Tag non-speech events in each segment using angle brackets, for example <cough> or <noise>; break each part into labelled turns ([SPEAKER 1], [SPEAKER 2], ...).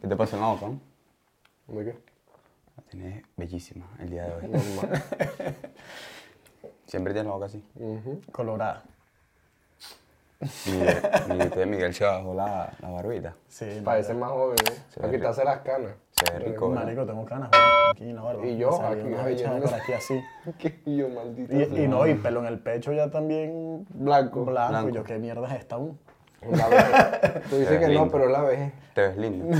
[SPEAKER 1] ¿Qué te pasó en la boca? no?
[SPEAKER 2] ¿De qué?
[SPEAKER 1] La tienes bellísima el día de
[SPEAKER 2] <laughs>
[SPEAKER 1] hoy.
[SPEAKER 2] Normal.
[SPEAKER 1] Siempre tienes la boca así.
[SPEAKER 2] Ujú.
[SPEAKER 3] Colorada.
[SPEAKER 1] Miguel, Miguel, usted, Miguel se bajó la, la barbita.
[SPEAKER 3] Sí,
[SPEAKER 2] Parece más joven,
[SPEAKER 1] Se
[SPEAKER 2] ¿eh? Para
[SPEAKER 1] ve
[SPEAKER 2] quitarse las canas.
[SPEAKER 1] Se ve rico, ¿verdad?
[SPEAKER 3] Marico, tengo canas, güey, aquí en la barba.
[SPEAKER 2] Y yo,
[SPEAKER 3] Me salió
[SPEAKER 2] aquí,
[SPEAKER 3] una
[SPEAKER 2] ahí,
[SPEAKER 3] bicha
[SPEAKER 2] yo.
[SPEAKER 3] por aquí así.
[SPEAKER 2] <laughs> Qué yo, maldito.
[SPEAKER 3] Y, y no, y pelo en el pecho ya también
[SPEAKER 2] Blanco.
[SPEAKER 3] blanco.
[SPEAKER 1] Blanco.
[SPEAKER 3] Y yo, ¿qué mierda es esta aún? <laughs>
[SPEAKER 2] La vejez. Tú dices
[SPEAKER 1] Qué
[SPEAKER 2] que no,
[SPEAKER 1] lindo.
[SPEAKER 2] pero la vejez.
[SPEAKER 1] Te ves lindo.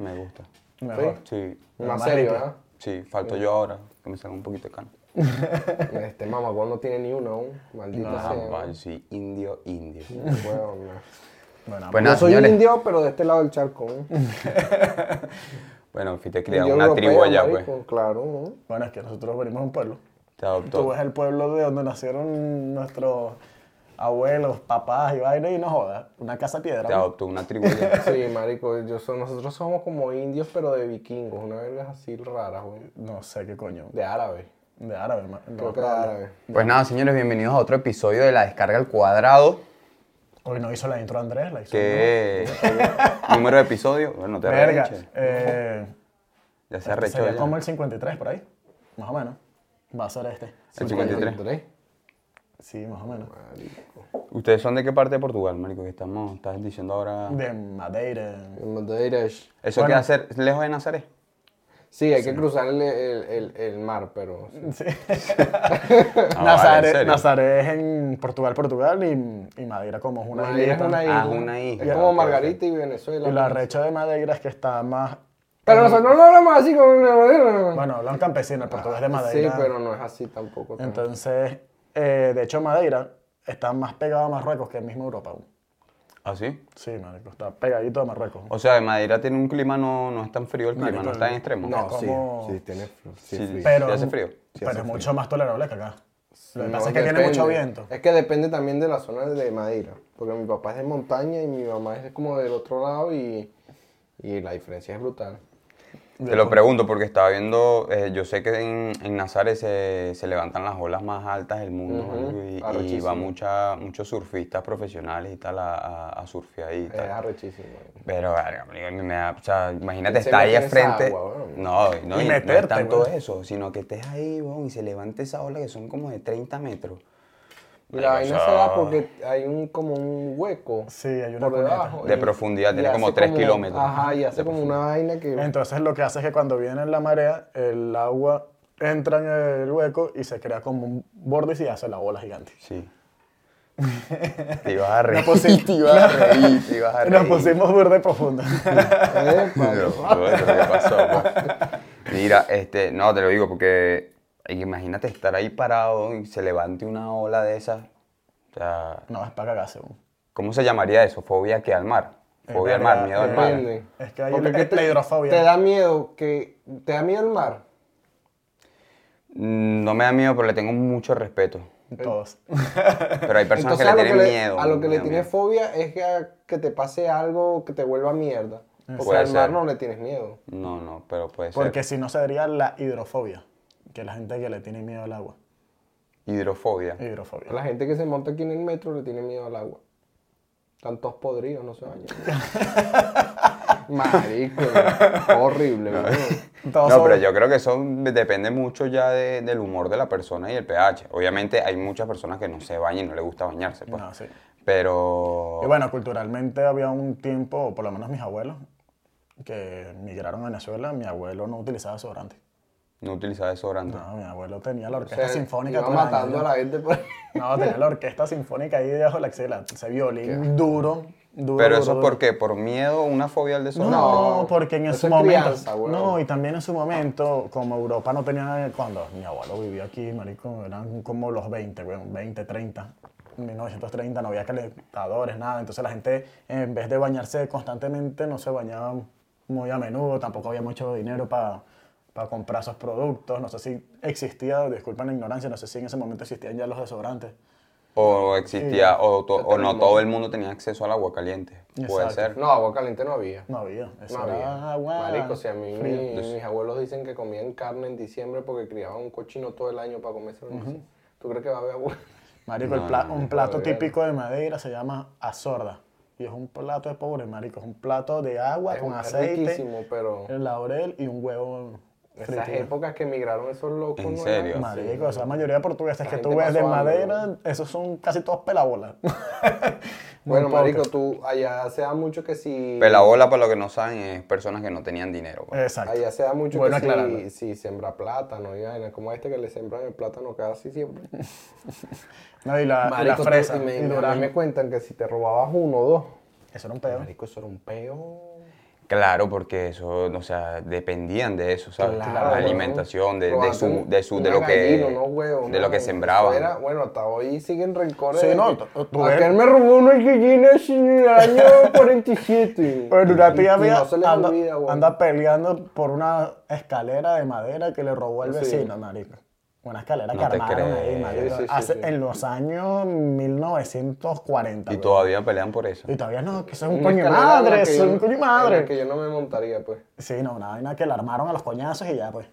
[SPEAKER 1] Me gusta.
[SPEAKER 3] Mejor.
[SPEAKER 1] Sí,
[SPEAKER 2] Más
[SPEAKER 3] Más
[SPEAKER 2] serio,
[SPEAKER 3] rico.
[SPEAKER 2] ¿verdad?
[SPEAKER 1] sí, falto yo ahora, que me salga un poquito de cana.
[SPEAKER 2] Este mamagón no tiene ni uno aún. Maldito sea.
[SPEAKER 1] Papá, yo soy indio, indio.
[SPEAKER 3] <laughs>
[SPEAKER 2] Huevón, no.
[SPEAKER 3] Bueno,
[SPEAKER 1] Bueno,
[SPEAKER 2] Yo soy
[SPEAKER 1] señores.
[SPEAKER 2] indio, pero de este lado del charco. ¿eh?
[SPEAKER 1] Bueno, fuiste criado en
[SPEAKER 2] Indio
[SPEAKER 1] una tribu
[SPEAKER 2] europeo,
[SPEAKER 1] allá, pues.
[SPEAKER 2] marico, Claro, ¿no?
[SPEAKER 3] bueno, es que nosotros venimos de un pueblo.
[SPEAKER 1] Te
[SPEAKER 3] Tú
[SPEAKER 1] adoptó.
[SPEAKER 3] ves el pueblo de donde nacieron nuestros abuelos, papás y vaina y no jodas. Una casa de piedra.
[SPEAKER 1] Te adoptó una tribu allá.
[SPEAKER 2] Sí, marico, yo so- nosotros somos como indios, pero de vikingos, una verga así rara, güey.
[SPEAKER 3] No sé qué coño.
[SPEAKER 2] De árabe.
[SPEAKER 3] De árabe, ma- no,
[SPEAKER 2] Creo que de
[SPEAKER 3] probable.
[SPEAKER 2] árabe.
[SPEAKER 1] Pues nada, señores, bienvenidos a otro episodio de La Descarga al Cuadrado.
[SPEAKER 3] Hoy no hizo la intro Andrés, la hizo.
[SPEAKER 1] ¿Qué número de episodio? Bueno, no te
[SPEAKER 3] Verga.
[SPEAKER 1] arreches.
[SPEAKER 3] Eh,
[SPEAKER 1] Ya se
[SPEAKER 3] este
[SPEAKER 1] arrechó
[SPEAKER 3] sería
[SPEAKER 1] ya.
[SPEAKER 3] como el 53 por ahí. Más o menos. Va a ser este.
[SPEAKER 1] El 53.
[SPEAKER 3] Sí, más o menos.
[SPEAKER 2] Marico.
[SPEAKER 1] ¿Ustedes son de qué parte de Portugal, marico? Que estamos, estás diciendo ahora...
[SPEAKER 3] De Madeira.
[SPEAKER 2] En Madeiras.
[SPEAKER 1] ¿Eso queda cer- lejos de
[SPEAKER 3] <laughs>
[SPEAKER 1] Nazaret? Ah,
[SPEAKER 2] Sí, hay que cruzar el, el- el- el mar, pero.
[SPEAKER 3] Sí.
[SPEAKER 1] Ah, vale, ¿en
[SPEAKER 3] Nazaret,
[SPEAKER 1] serio?
[SPEAKER 3] Nazaret es en Portugal, Portugal y, y Madeira como es una
[SPEAKER 2] Madeira es
[SPEAKER 3] islita.
[SPEAKER 2] una isla.
[SPEAKER 1] Ah, una isla,
[SPEAKER 2] Es como
[SPEAKER 1] ok,
[SPEAKER 2] Margarita y
[SPEAKER 3] Y la
[SPEAKER 2] Venezuela.
[SPEAKER 3] recha de Madeira es que está más...
[SPEAKER 2] Pero nosotros no hablamos así como.
[SPEAKER 3] Bueno, hablan campesino,
[SPEAKER 1] Ah,
[SPEAKER 3] el portugués de Madeira.
[SPEAKER 2] Sí, pero no es así tampoco. tan-
[SPEAKER 3] Entonces, eh, de hecho, Madeira está más pegado a Marruecos que mismo Europa. aún.
[SPEAKER 1] ¿Ah, sí?
[SPEAKER 3] Sí, marico, está pegadito a Marruecos.
[SPEAKER 1] O sea, Madeira tiene un clima, no, no es tan frío el clima,
[SPEAKER 3] Marico,
[SPEAKER 1] no es tan extremo.
[SPEAKER 2] No,
[SPEAKER 3] es como-
[SPEAKER 2] sí. Sí, tiene frío.
[SPEAKER 1] Sí,
[SPEAKER 2] Sí, frío.
[SPEAKER 1] sí.
[SPEAKER 3] Pero,
[SPEAKER 1] hace frío, sí
[SPEAKER 3] pero es mucho más tolerable que acá. Lo que
[SPEAKER 2] No,
[SPEAKER 3] pasa es que tiene
[SPEAKER 2] depende.
[SPEAKER 3] mucho viento.
[SPEAKER 2] Es que depende también de la zona de Madeira. Porque mi papá es de montaña y mi mamá es como del otro lado y, y la diferencia es brutal.
[SPEAKER 1] Te lo pregunto porque estaba viendo, eh, yo sé que en, en Nazaret se, se levantan las olas más altas del mundo marico, y- y,
[SPEAKER 2] arrechísimo.
[SPEAKER 1] van mucha, muchos surfistas profesionales y tal a, a, a surfear y
[SPEAKER 2] Es
[SPEAKER 1] tal.
[SPEAKER 2] arrechísimo.
[SPEAKER 1] Pero, verga, marico, me da- o sea, imagínate
[SPEAKER 2] Se
[SPEAKER 1] estar ahí al
[SPEAKER 2] mete en esa
[SPEAKER 1] frente.
[SPEAKER 2] agua, weón.
[SPEAKER 1] no, no,
[SPEAKER 3] Y
[SPEAKER 1] y no
[SPEAKER 3] meterte,
[SPEAKER 1] es tanto
[SPEAKER 3] weón.
[SPEAKER 1] eso, sino que estés ahí, weón, y se levante esa ola que son como de 30 metros.
[SPEAKER 2] Y la
[SPEAKER 1] Marico,
[SPEAKER 2] vaina
[SPEAKER 1] eso-
[SPEAKER 2] se da porque hay un como un hueco
[SPEAKER 3] Sí, hay una
[SPEAKER 2] por debajo.
[SPEAKER 1] De
[SPEAKER 2] y-
[SPEAKER 1] profundidad,
[SPEAKER 2] y
[SPEAKER 1] tiene como
[SPEAKER 2] hace
[SPEAKER 1] tres kilómetros.
[SPEAKER 2] Ajá, y hace como una vaina que...
[SPEAKER 3] Entonces lo que hace es que cuando viene la marea, el agua entra en el hueco y se crea como un borde y se hace la bola gigante.
[SPEAKER 1] Sí. te ibas a reír, <laughs>
[SPEAKER 3] pusi-
[SPEAKER 1] te
[SPEAKER 2] <laughs>
[SPEAKER 1] ibas a reír, te ibas a reír.
[SPEAKER 3] Nos pusimos borde profundo.
[SPEAKER 2] <laughs>
[SPEAKER 1] <laughs>
[SPEAKER 2] Epa,
[SPEAKER 1] Pero, bueno, ¿qué pasó, pues? Mira, este, no, te lo digo porque imagínate estar ahí parado y se levante una ola de esas. O sea,
[SPEAKER 3] no, es para cagarse. aún.
[SPEAKER 1] ¿cómo se llamaría eso? Fobia que al mar. Fobia al mar, miedo al mar.
[SPEAKER 2] Depende.
[SPEAKER 3] Es que hay
[SPEAKER 2] Porque
[SPEAKER 3] el-
[SPEAKER 2] que
[SPEAKER 3] es la hidrofobia.
[SPEAKER 2] Te da miedo que... ¿Te da miedo el mar?
[SPEAKER 1] Mm, No me da miedo, pero le tengo mucho respeto.
[SPEAKER 2] Eh, <laughs>
[SPEAKER 3] Todos.
[SPEAKER 1] Pero hay personas que
[SPEAKER 2] Entonces,
[SPEAKER 1] le
[SPEAKER 2] a lo
[SPEAKER 1] tienen
[SPEAKER 2] que le-
[SPEAKER 1] miedo.
[SPEAKER 2] A lo que
[SPEAKER 1] me
[SPEAKER 2] le
[SPEAKER 1] da
[SPEAKER 2] tienes
[SPEAKER 1] miedo.
[SPEAKER 2] fobia es que, a- que te pase algo que te vuelva mierda. Porque
[SPEAKER 1] Puede
[SPEAKER 2] al mar
[SPEAKER 1] ser.
[SPEAKER 2] no le tienes miedo.
[SPEAKER 1] No, no, pero puede ser.
[SPEAKER 3] Porque si no sería la hidrofobia. Que la gente que le tiene miedo al agua.
[SPEAKER 1] Hidrofobia.
[SPEAKER 2] Eh,
[SPEAKER 3] Hidrofobia.
[SPEAKER 2] La gente que se monta aquí en el metro le tiene miedo al agua. Tantos podridos, no se
[SPEAKER 3] <laughs>
[SPEAKER 2] bañan. Marico, horrible, weón.
[SPEAKER 3] Todos
[SPEAKER 1] No, pero
[SPEAKER 3] son-
[SPEAKER 1] yo creo que eso depende mucho ya de- del humor de la persona y el pH. Obviamente hay muchas personas que no se bañan y no les gusta bañarse, pues.
[SPEAKER 3] No, sí.
[SPEAKER 1] Pero
[SPEAKER 3] Y bueno, culturalmente había un tiempo, o por lo menos mis abuelos, que migraron a Venezuela, mi abuelo no utilizaba desodorante.
[SPEAKER 1] no utilizaba desodorante.
[SPEAKER 3] No, mi abuelo tenía la
[SPEAKER 2] O
[SPEAKER 3] orquesta
[SPEAKER 2] sea,
[SPEAKER 3] sinfónica
[SPEAKER 2] iba
[SPEAKER 3] todo el año,
[SPEAKER 2] matando a
[SPEAKER 3] ¿no?
[SPEAKER 2] la gente por
[SPEAKER 3] No, tenía la orquesta sinfónica ahí debajo de la axila. Ese violín duro, duro.
[SPEAKER 1] Pero
[SPEAKER 3] duro,
[SPEAKER 1] eso
[SPEAKER 3] duro.
[SPEAKER 1] por qué? ¿Por miedo o una fobia al desodorante?
[SPEAKER 3] No,
[SPEAKER 2] No,
[SPEAKER 3] porque en
[SPEAKER 2] eso
[SPEAKER 3] su
[SPEAKER 2] es
[SPEAKER 3] momento.
[SPEAKER 2] crianza, weón.
[SPEAKER 3] no, y también en su momento, como Europa no tenía. Cuando mi abuelo vivía aquí, marico, eran como los 20, weón, 20, 30. En 1930 no había calentadores, nada. Entonces la gente, en vez de bañarse constantemente, no se bañaba muy a menudo. Tampoco había mucho dinero para comprar esos productos. No sé si existía, disculpen la ignorancia, no sé si en ese momento existían ya los desodorantes.
[SPEAKER 1] O existía, o, to- o no todo el mundo tenía acceso al agua caliente. Puede
[SPEAKER 3] Exacto.
[SPEAKER 1] ser.
[SPEAKER 2] No, agua caliente no había.
[SPEAKER 3] No había. Eso
[SPEAKER 2] No
[SPEAKER 3] era
[SPEAKER 2] había.
[SPEAKER 3] agua.
[SPEAKER 2] Marico, si a mí mi-
[SPEAKER 3] fría.
[SPEAKER 2] mis abuelos dicen que comían carne en diciembre porque criaban un cochino todo el año para comerse ¿Tú crees que va a haber agua?
[SPEAKER 3] Marico, el pla- un plato típico de Madeira se llama azorda. Y es un plato de pobre, marico. Es un plato de agua
[SPEAKER 2] Es-
[SPEAKER 3] con
[SPEAKER 2] es
[SPEAKER 3] aceite,
[SPEAKER 2] riquísimo, pero
[SPEAKER 3] el laurel y un huevo
[SPEAKER 2] esas
[SPEAKER 3] frito.
[SPEAKER 2] épocas que emigraron esos locos.
[SPEAKER 1] ¿En
[SPEAKER 2] no
[SPEAKER 1] serio?
[SPEAKER 2] eran-
[SPEAKER 3] Marico, o sea, la mayoría de portugueses
[SPEAKER 2] La
[SPEAKER 3] que
[SPEAKER 2] gente
[SPEAKER 3] tú ves de
[SPEAKER 2] pasó hambre,
[SPEAKER 3] madera, esos son casi todos <laughs> pelabolas.
[SPEAKER 2] Bueno, marico, tú allá se da mucho que si...
[SPEAKER 1] Pelabola, para los que no saben, es personas que no tenían dinero. pues.
[SPEAKER 3] Exacto.
[SPEAKER 2] Allá se da mucho
[SPEAKER 3] Bueno,
[SPEAKER 2] que si,
[SPEAKER 3] aclararlo.
[SPEAKER 2] si sembra plátano y vaina, como este que le sembran el plátano casi siempre.
[SPEAKER 3] No, y Ah, la, y la
[SPEAKER 2] tú-
[SPEAKER 3] fresa,
[SPEAKER 2] y
[SPEAKER 3] y,
[SPEAKER 2] me, a mí
[SPEAKER 3] durazno.
[SPEAKER 2] me cuentan que si te robabas uno o dos,
[SPEAKER 3] Eso era un pedo.
[SPEAKER 2] marico, eso era un peo.
[SPEAKER 1] Claro, porque eso, o sea, dependían de eso, ¿sabes?
[SPEAKER 2] Claro,
[SPEAKER 1] la
[SPEAKER 2] weón.
[SPEAKER 1] alimentación, de, de
[SPEAKER 2] Robarte
[SPEAKER 1] su,
[SPEAKER 2] un-
[SPEAKER 1] de su, de
[SPEAKER 2] una
[SPEAKER 1] lo que,
[SPEAKER 2] gallina, unos huevos,
[SPEAKER 1] de
[SPEAKER 2] ¿no?
[SPEAKER 1] lo que
[SPEAKER 2] Eso
[SPEAKER 1] sembraban.
[SPEAKER 2] era- bueno, hasta hoy siguen rencores.
[SPEAKER 3] Sí,
[SPEAKER 2] de
[SPEAKER 3] no,
[SPEAKER 2] que,
[SPEAKER 3] tú- tú
[SPEAKER 2] "Aquel
[SPEAKER 3] ves.
[SPEAKER 2] me robó una gallina en el
[SPEAKER 3] <laughs>
[SPEAKER 2] año 47.
[SPEAKER 3] Pero Durán
[SPEAKER 2] Y- y
[SPEAKER 3] todavía
[SPEAKER 2] no se les
[SPEAKER 3] anda,
[SPEAKER 2] olvida, weón.
[SPEAKER 3] anda peleando por una escalera de madera que le robó el
[SPEAKER 2] Sí.
[SPEAKER 3] vecino, marico. Una escalera que
[SPEAKER 1] No te
[SPEAKER 3] armaron ahí,
[SPEAKER 1] creo.
[SPEAKER 3] marico.
[SPEAKER 2] Sí, sí, sí,
[SPEAKER 3] Hace-
[SPEAKER 2] sí.
[SPEAKER 3] En los años 1940.
[SPEAKER 1] Y
[SPEAKER 3] weón.
[SPEAKER 1] todavía pelean por eso.
[SPEAKER 3] Y todavía no, que eso es un
[SPEAKER 2] Una
[SPEAKER 3] coño
[SPEAKER 2] escalera en la
[SPEAKER 3] madre,
[SPEAKER 2] que
[SPEAKER 3] eso es
[SPEAKER 2] yo-
[SPEAKER 3] un coño
[SPEAKER 2] en la Que
[SPEAKER 3] madre.
[SPEAKER 2] yo no me montaría, pues.
[SPEAKER 3] Sí, no, una vaina que la armaron a los coñazos y ya, pues.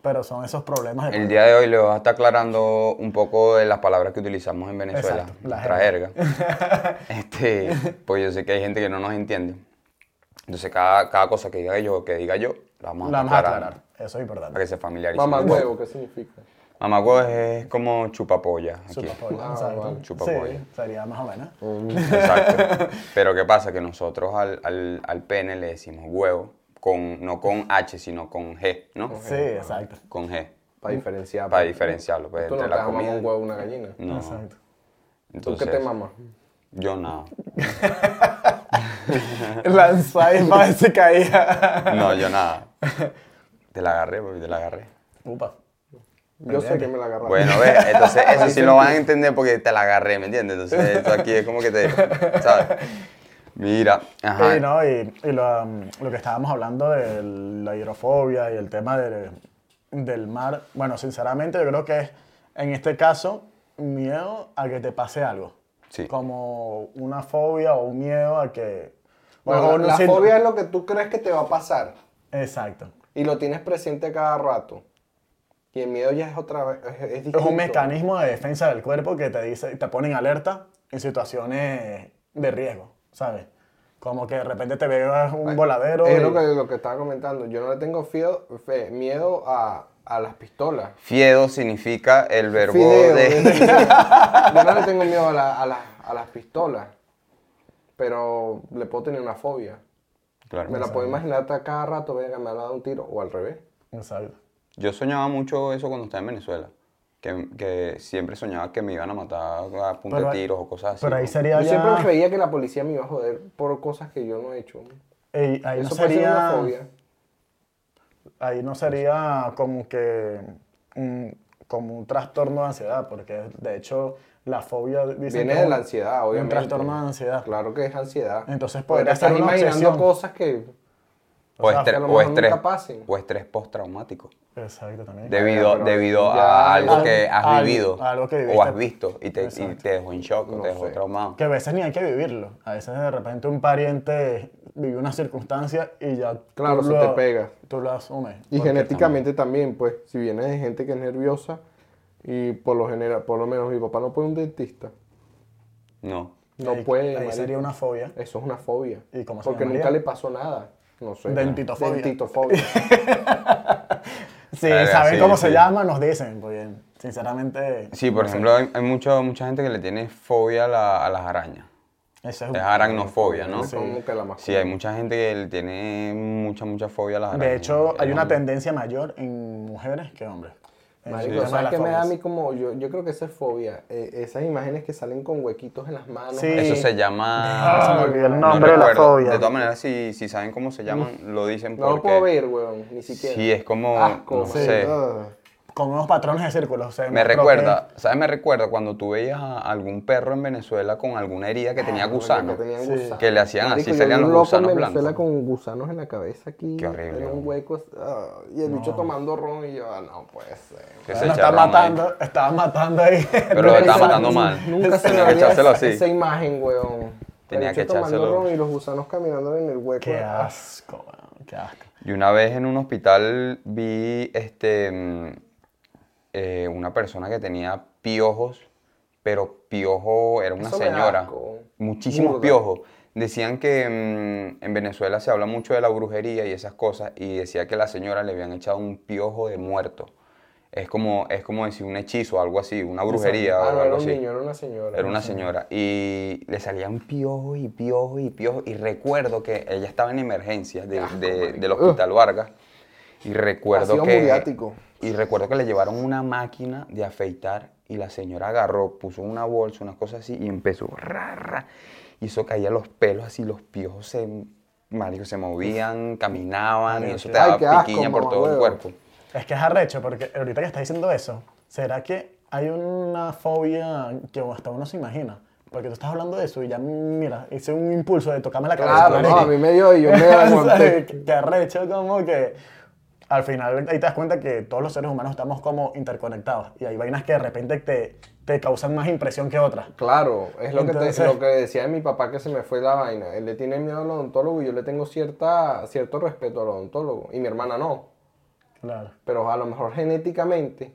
[SPEAKER 3] Pero son esos problemas. de-
[SPEAKER 1] El día de hoy le voy a estar aclarando un poco de las palabras que utilizamos en Venezuela.
[SPEAKER 3] Exacto, la
[SPEAKER 1] traerga.
[SPEAKER 3] <laughs>
[SPEAKER 1] este, pues yo sé que hay gente que no nos entiende. Entonces cada, cada cosa que diga yo, que diga yo, la vamos a
[SPEAKER 3] La vamos a
[SPEAKER 1] aclarar.
[SPEAKER 3] aclarar. Eso es importante.
[SPEAKER 1] Para que se familiaricen.
[SPEAKER 2] Mamá huevo, ¿qué significa?
[SPEAKER 1] Mamagüevo es como chupapolla aquí.
[SPEAKER 3] Chupapolla,
[SPEAKER 2] Ah,
[SPEAKER 3] exacto.
[SPEAKER 2] vale.
[SPEAKER 1] Chupapolla.
[SPEAKER 3] Sí, sería más o menos.
[SPEAKER 1] Exacto.
[SPEAKER 2] <laughs>
[SPEAKER 1] Pero ¿qué pasa? Que nosotros al, al, al pene le decimos huevo, con, no con H, sino con G, ¿no?
[SPEAKER 3] Sí, exacto.
[SPEAKER 1] Con G,
[SPEAKER 2] Para diferenciar.
[SPEAKER 1] para
[SPEAKER 2] pues.
[SPEAKER 1] diferenciarlo. Pues,
[SPEAKER 2] Tú no
[SPEAKER 1] entre
[SPEAKER 2] te
[SPEAKER 1] la
[SPEAKER 2] has mamado
[SPEAKER 1] comida.
[SPEAKER 2] un huevo, una gallina.
[SPEAKER 1] No.
[SPEAKER 3] Exacto. <laughs>
[SPEAKER 2] ¿Tú
[SPEAKER 1] Entonces,
[SPEAKER 2] qué te mamas?
[SPEAKER 1] Yo nada.
[SPEAKER 3] Lanzó ahí <laughs> para ver si caía.
[SPEAKER 1] No, yo
[SPEAKER 2] <laughs>
[SPEAKER 1] nada. Te la agarré, papi, te la agarré.
[SPEAKER 3] Upa.
[SPEAKER 2] Yo sé que me la agarraste.
[SPEAKER 1] Bueno, ve, entonces eso
[SPEAKER 2] <laughs>
[SPEAKER 1] sí lo van a entender porque te la agarré, ¿me entiendes? Entonces esto aquí es como que te, ¿sabes? Mira,
[SPEAKER 3] Y,
[SPEAKER 1] ajá,
[SPEAKER 3] no, y, y lo, um, lo que estábamos hablando de la hidrofobia y el tema de- del mar, bueno, sinceramente yo creo que es, en este caso, miedo a que te pase algo.
[SPEAKER 1] Sí.
[SPEAKER 3] Como una fobia o un miedo a que... o-
[SPEAKER 2] Bueno, la,
[SPEAKER 3] o no
[SPEAKER 2] la
[SPEAKER 3] sé-
[SPEAKER 2] fobia es lo que tú crees que te va a pasar
[SPEAKER 3] Exacto.
[SPEAKER 2] y lo tienes presente cada rato. Y el miedo ya es otra vez, es, es distinto.
[SPEAKER 3] Es un mecanismo de defensa del cuerpo que te dice, te pone en alerta en situaciones de riesgo, ¿sabes? Como que de repente te veas un voladero.
[SPEAKER 2] Es
[SPEAKER 3] y-
[SPEAKER 2] lo que, lo que estaba comentando. Yo no le tengo fiedo- fe- miedo a, a las pistolas.
[SPEAKER 1] fiedo significa el verbo
[SPEAKER 2] Fideo,
[SPEAKER 1] de...
[SPEAKER 2] es- Yo no le tengo miedo a, la- a las- a las pistolas, pero le puedo tener una fobia.
[SPEAKER 1] <laughs> Claro.
[SPEAKER 2] Me la puedo imaginar hasta cada rato, venga, me han dado un tiro o al revés.
[SPEAKER 3] Exacto.
[SPEAKER 1] Yo soñaba mucho eso cuando estaba en Venezuela. Que, que siempre soñaba que me iban a matar a punta
[SPEAKER 3] Pero
[SPEAKER 1] de
[SPEAKER 3] ahí-
[SPEAKER 1] tiros o cosas así.
[SPEAKER 3] Pero ahí
[SPEAKER 1] ¿no?
[SPEAKER 3] sería
[SPEAKER 2] Yo
[SPEAKER 3] ya...
[SPEAKER 2] siempre creía que la policía me iba a joder por cosas que yo no he hecho.
[SPEAKER 3] Ey, ahí
[SPEAKER 2] Eso
[SPEAKER 3] no
[SPEAKER 2] puede ser una
[SPEAKER 3] sería,
[SPEAKER 2] fobia.
[SPEAKER 3] ahí no sería como que un, como un trastorno de ansiedad, porque de hecho la fobia
[SPEAKER 2] Viene
[SPEAKER 3] dicen que es
[SPEAKER 2] de
[SPEAKER 3] un-
[SPEAKER 2] la ansiedad, obviamente.
[SPEAKER 3] Un trastorno de ansiedad.
[SPEAKER 2] Claro que es ansiedad.
[SPEAKER 3] Entonces
[SPEAKER 2] Porque
[SPEAKER 3] podría
[SPEAKER 2] te
[SPEAKER 3] ser
[SPEAKER 2] estás
[SPEAKER 3] una
[SPEAKER 2] imaginando
[SPEAKER 3] obsesión.
[SPEAKER 2] cosas que
[SPEAKER 1] O,
[SPEAKER 3] O sea,
[SPEAKER 1] estre-
[SPEAKER 2] que a lo
[SPEAKER 1] o
[SPEAKER 2] mejor
[SPEAKER 1] estrés,
[SPEAKER 2] nunca pasen.
[SPEAKER 1] o estrés postraumático.
[SPEAKER 3] Exacto también.
[SPEAKER 1] Debido,
[SPEAKER 2] pero
[SPEAKER 1] debido
[SPEAKER 2] ya-
[SPEAKER 1] a algo
[SPEAKER 3] Al-
[SPEAKER 1] que has
[SPEAKER 3] algo-
[SPEAKER 1] vivido
[SPEAKER 3] algo que
[SPEAKER 1] o
[SPEAKER 3] viviste.
[SPEAKER 1] has visto y te, y
[SPEAKER 3] Exacto.
[SPEAKER 1] te dejó en shock o
[SPEAKER 2] No
[SPEAKER 1] te dejó
[SPEAKER 2] sé.
[SPEAKER 1] traumado.
[SPEAKER 3] Que a veces ni hay que vivirlo. A veces de repente un pariente vivió una circunstancia y ya tú
[SPEAKER 2] Claro, se te pega.
[SPEAKER 3] Tú lo asumes.
[SPEAKER 2] Y
[SPEAKER 1] Porque
[SPEAKER 2] genéticamente también, pues, si viene de gente que es nerviosa y por lo general, por lo menos mi papá no puede un dentista.
[SPEAKER 1] No.
[SPEAKER 2] No
[SPEAKER 3] Ahí-
[SPEAKER 2] puede.
[SPEAKER 3] Ahí
[SPEAKER 2] marico.
[SPEAKER 3] sería una fobia.
[SPEAKER 2] Eso es una fobia.
[SPEAKER 3] ¿Y cómo se
[SPEAKER 2] Porque
[SPEAKER 3] llamaría?
[SPEAKER 2] nunca le pasó nada. No sé.
[SPEAKER 3] Dentitofobia. <laughs>
[SPEAKER 2] Dentitofobia.
[SPEAKER 3] Sí,
[SPEAKER 1] Verga,
[SPEAKER 3] Eh, saben
[SPEAKER 1] sí,
[SPEAKER 3] cómo
[SPEAKER 1] sí.
[SPEAKER 3] se llama, nos dicen. Porque sinceramente,
[SPEAKER 1] Sí, por ejemplo, hay, hay mucha, mucha gente que le tiene fobia a, la- a las arañas.
[SPEAKER 3] eso es
[SPEAKER 1] Es aracnofobia, ¿no?
[SPEAKER 2] Es como que la más
[SPEAKER 1] Sí, hay mucha gente que le tiene mucha, mucha fobia a las arañas.
[SPEAKER 3] De hecho, hay
[SPEAKER 1] Es
[SPEAKER 3] una
[SPEAKER 1] un-
[SPEAKER 3] tendencia mayor en mujeres que hombres. En el
[SPEAKER 2] Marico,
[SPEAKER 3] tema de
[SPEAKER 2] ¿sabes
[SPEAKER 3] las
[SPEAKER 2] qué me da a
[SPEAKER 3] fobias.
[SPEAKER 2] mí como? Yo, yo creo que esa es fobia. Eh, esas imágenes que salen con huequitos en las manos.
[SPEAKER 3] Sí.
[SPEAKER 1] Eso se
[SPEAKER 3] Ah, Se me
[SPEAKER 1] llama...
[SPEAKER 3] olvidó el
[SPEAKER 1] No
[SPEAKER 3] nombre de la
[SPEAKER 1] recuerdo.
[SPEAKER 3] fobia.
[SPEAKER 1] De todas maneras, si, si saben cómo se llaman, lo dicen
[SPEAKER 2] No lo
[SPEAKER 1] porque...
[SPEAKER 2] puedo ver, weón, ni siquiera.
[SPEAKER 1] Sí, es como...
[SPEAKER 2] Asco,
[SPEAKER 1] no
[SPEAKER 2] sí,
[SPEAKER 1] sé.
[SPEAKER 2] ah.
[SPEAKER 3] Con unos patrones de círculos. se
[SPEAKER 1] Me
[SPEAKER 3] demostró
[SPEAKER 1] recuerda, ¿sabes? Me recuerda cuando tú veías a algún perro en Venezuela con alguna herida
[SPEAKER 2] Ah,
[SPEAKER 1] que tenía gusano.
[SPEAKER 2] Que tenían
[SPEAKER 3] Sí.
[SPEAKER 2] gusanos.
[SPEAKER 1] Que le hacían así,
[SPEAKER 2] Marico, yo
[SPEAKER 1] salían
[SPEAKER 2] vi un
[SPEAKER 1] los
[SPEAKER 2] loco
[SPEAKER 1] gusanos
[SPEAKER 2] en Venezuela
[SPEAKER 1] blancos.
[SPEAKER 2] con gusanos en la cabeza aquí.
[SPEAKER 1] Qué horrible,
[SPEAKER 2] En un
[SPEAKER 1] weón.
[SPEAKER 2] hueco. ah, y el bicho tomando ron y yo, ah, no puede ser.
[SPEAKER 1] Que
[SPEAKER 3] que
[SPEAKER 1] se
[SPEAKER 3] lo está
[SPEAKER 1] echaron ahí.
[SPEAKER 3] matando, estaba matando ahí.
[SPEAKER 1] Pero lo está
[SPEAKER 2] Nunca-
[SPEAKER 1] matando mal.
[SPEAKER 2] Nunca se me
[SPEAKER 1] Tenía que
[SPEAKER 2] olvida
[SPEAKER 1] echárselo
[SPEAKER 2] esa,
[SPEAKER 1] así.
[SPEAKER 2] esa imagen, weón.
[SPEAKER 1] Tenía
[SPEAKER 2] el
[SPEAKER 1] que
[SPEAKER 2] bicho tomando
[SPEAKER 1] echárselo.
[SPEAKER 2] ron y los gusanos caminando en el hueco.
[SPEAKER 3] Qué
[SPEAKER 2] Ah,
[SPEAKER 3] asco, weón, qué asco.
[SPEAKER 1] Y una vez en un hospital vi este mm, eh, una persona que tenía piojos, pero piojo era una
[SPEAKER 2] Eso me da
[SPEAKER 1] señora.
[SPEAKER 2] asco.
[SPEAKER 1] Muchísimos
[SPEAKER 2] Burda.
[SPEAKER 1] piojos. Decían que mm, en Venezuela se habla mucho de la brujería y esas cosas, y decía que la señora le habían echado un piojo de muerto. Es como, es como decir un hechizo, algo así, una brujería
[SPEAKER 2] Ah,
[SPEAKER 1] o
[SPEAKER 2] no
[SPEAKER 1] algo
[SPEAKER 2] era un
[SPEAKER 1] así.
[SPEAKER 2] niño, era una señora.
[SPEAKER 1] Era una señora. Y le salían piojos y piojos y piojos. Y recuerdo que ella estaba en emergencias de- de- del Hospital Vargas. Y recuerdo
[SPEAKER 2] Ah, Ácido
[SPEAKER 1] que.
[SPEAKER 2] muriático.
[SPEAKER 1] Y recuerdo que le llevaron una máquina de afeitar. Y la señora agarró, puso una bolsa, una cosa así, y empezó. Ra, ra, y eso caía los pelos así, los piojos se. marico, se movían, caminaban, y eso te
[SPEAKER 2] Ay,
[SPEAKER 1] daba
[SPEAKER 2] qué asco,
[SPEAKER 1] piquiña por todo el
[SPEAKER 2] mamahuevo.
[SPEAKER 1] cuerpo.
[SPEAKER 3] Es que es arrecho, porque ahorita que estás diciendo eso, ¿será que hay una fobia que hasta uno se imagina? Porque tú estás hablando de eso y ya, mira, hice un impulso de tocarme la cabeza.
[SPEAKER 2] Claro, no, a mí me dio y
[SPEAKER 3] <laughs>
[SPEAKER 2] yo me
[SPEAKER 3] ¿Sabes?
[SPEAKER 2] desmonté.
[SPEAKER 3] Qué arrecho, como que al final ahí te das cuenta que todos los seres humanos estamos como interconectados y hay vainas que de repente te, te causan más impresión que otras.
[SPEAKER 2] Claro, es lo, que
[SPEAKER 3] Entonces-
[SPEAKER 2] te- lo que decía de mi papá que se me fue la vaina. Él le tiene miedo al odontólogo y yo le tengo cierta, cierto respeto al odontólogo. Y mi hermana no.
[SPEAKER 3] Claro.
[SPEAKER 2] Pero a lo mejor genéticamente,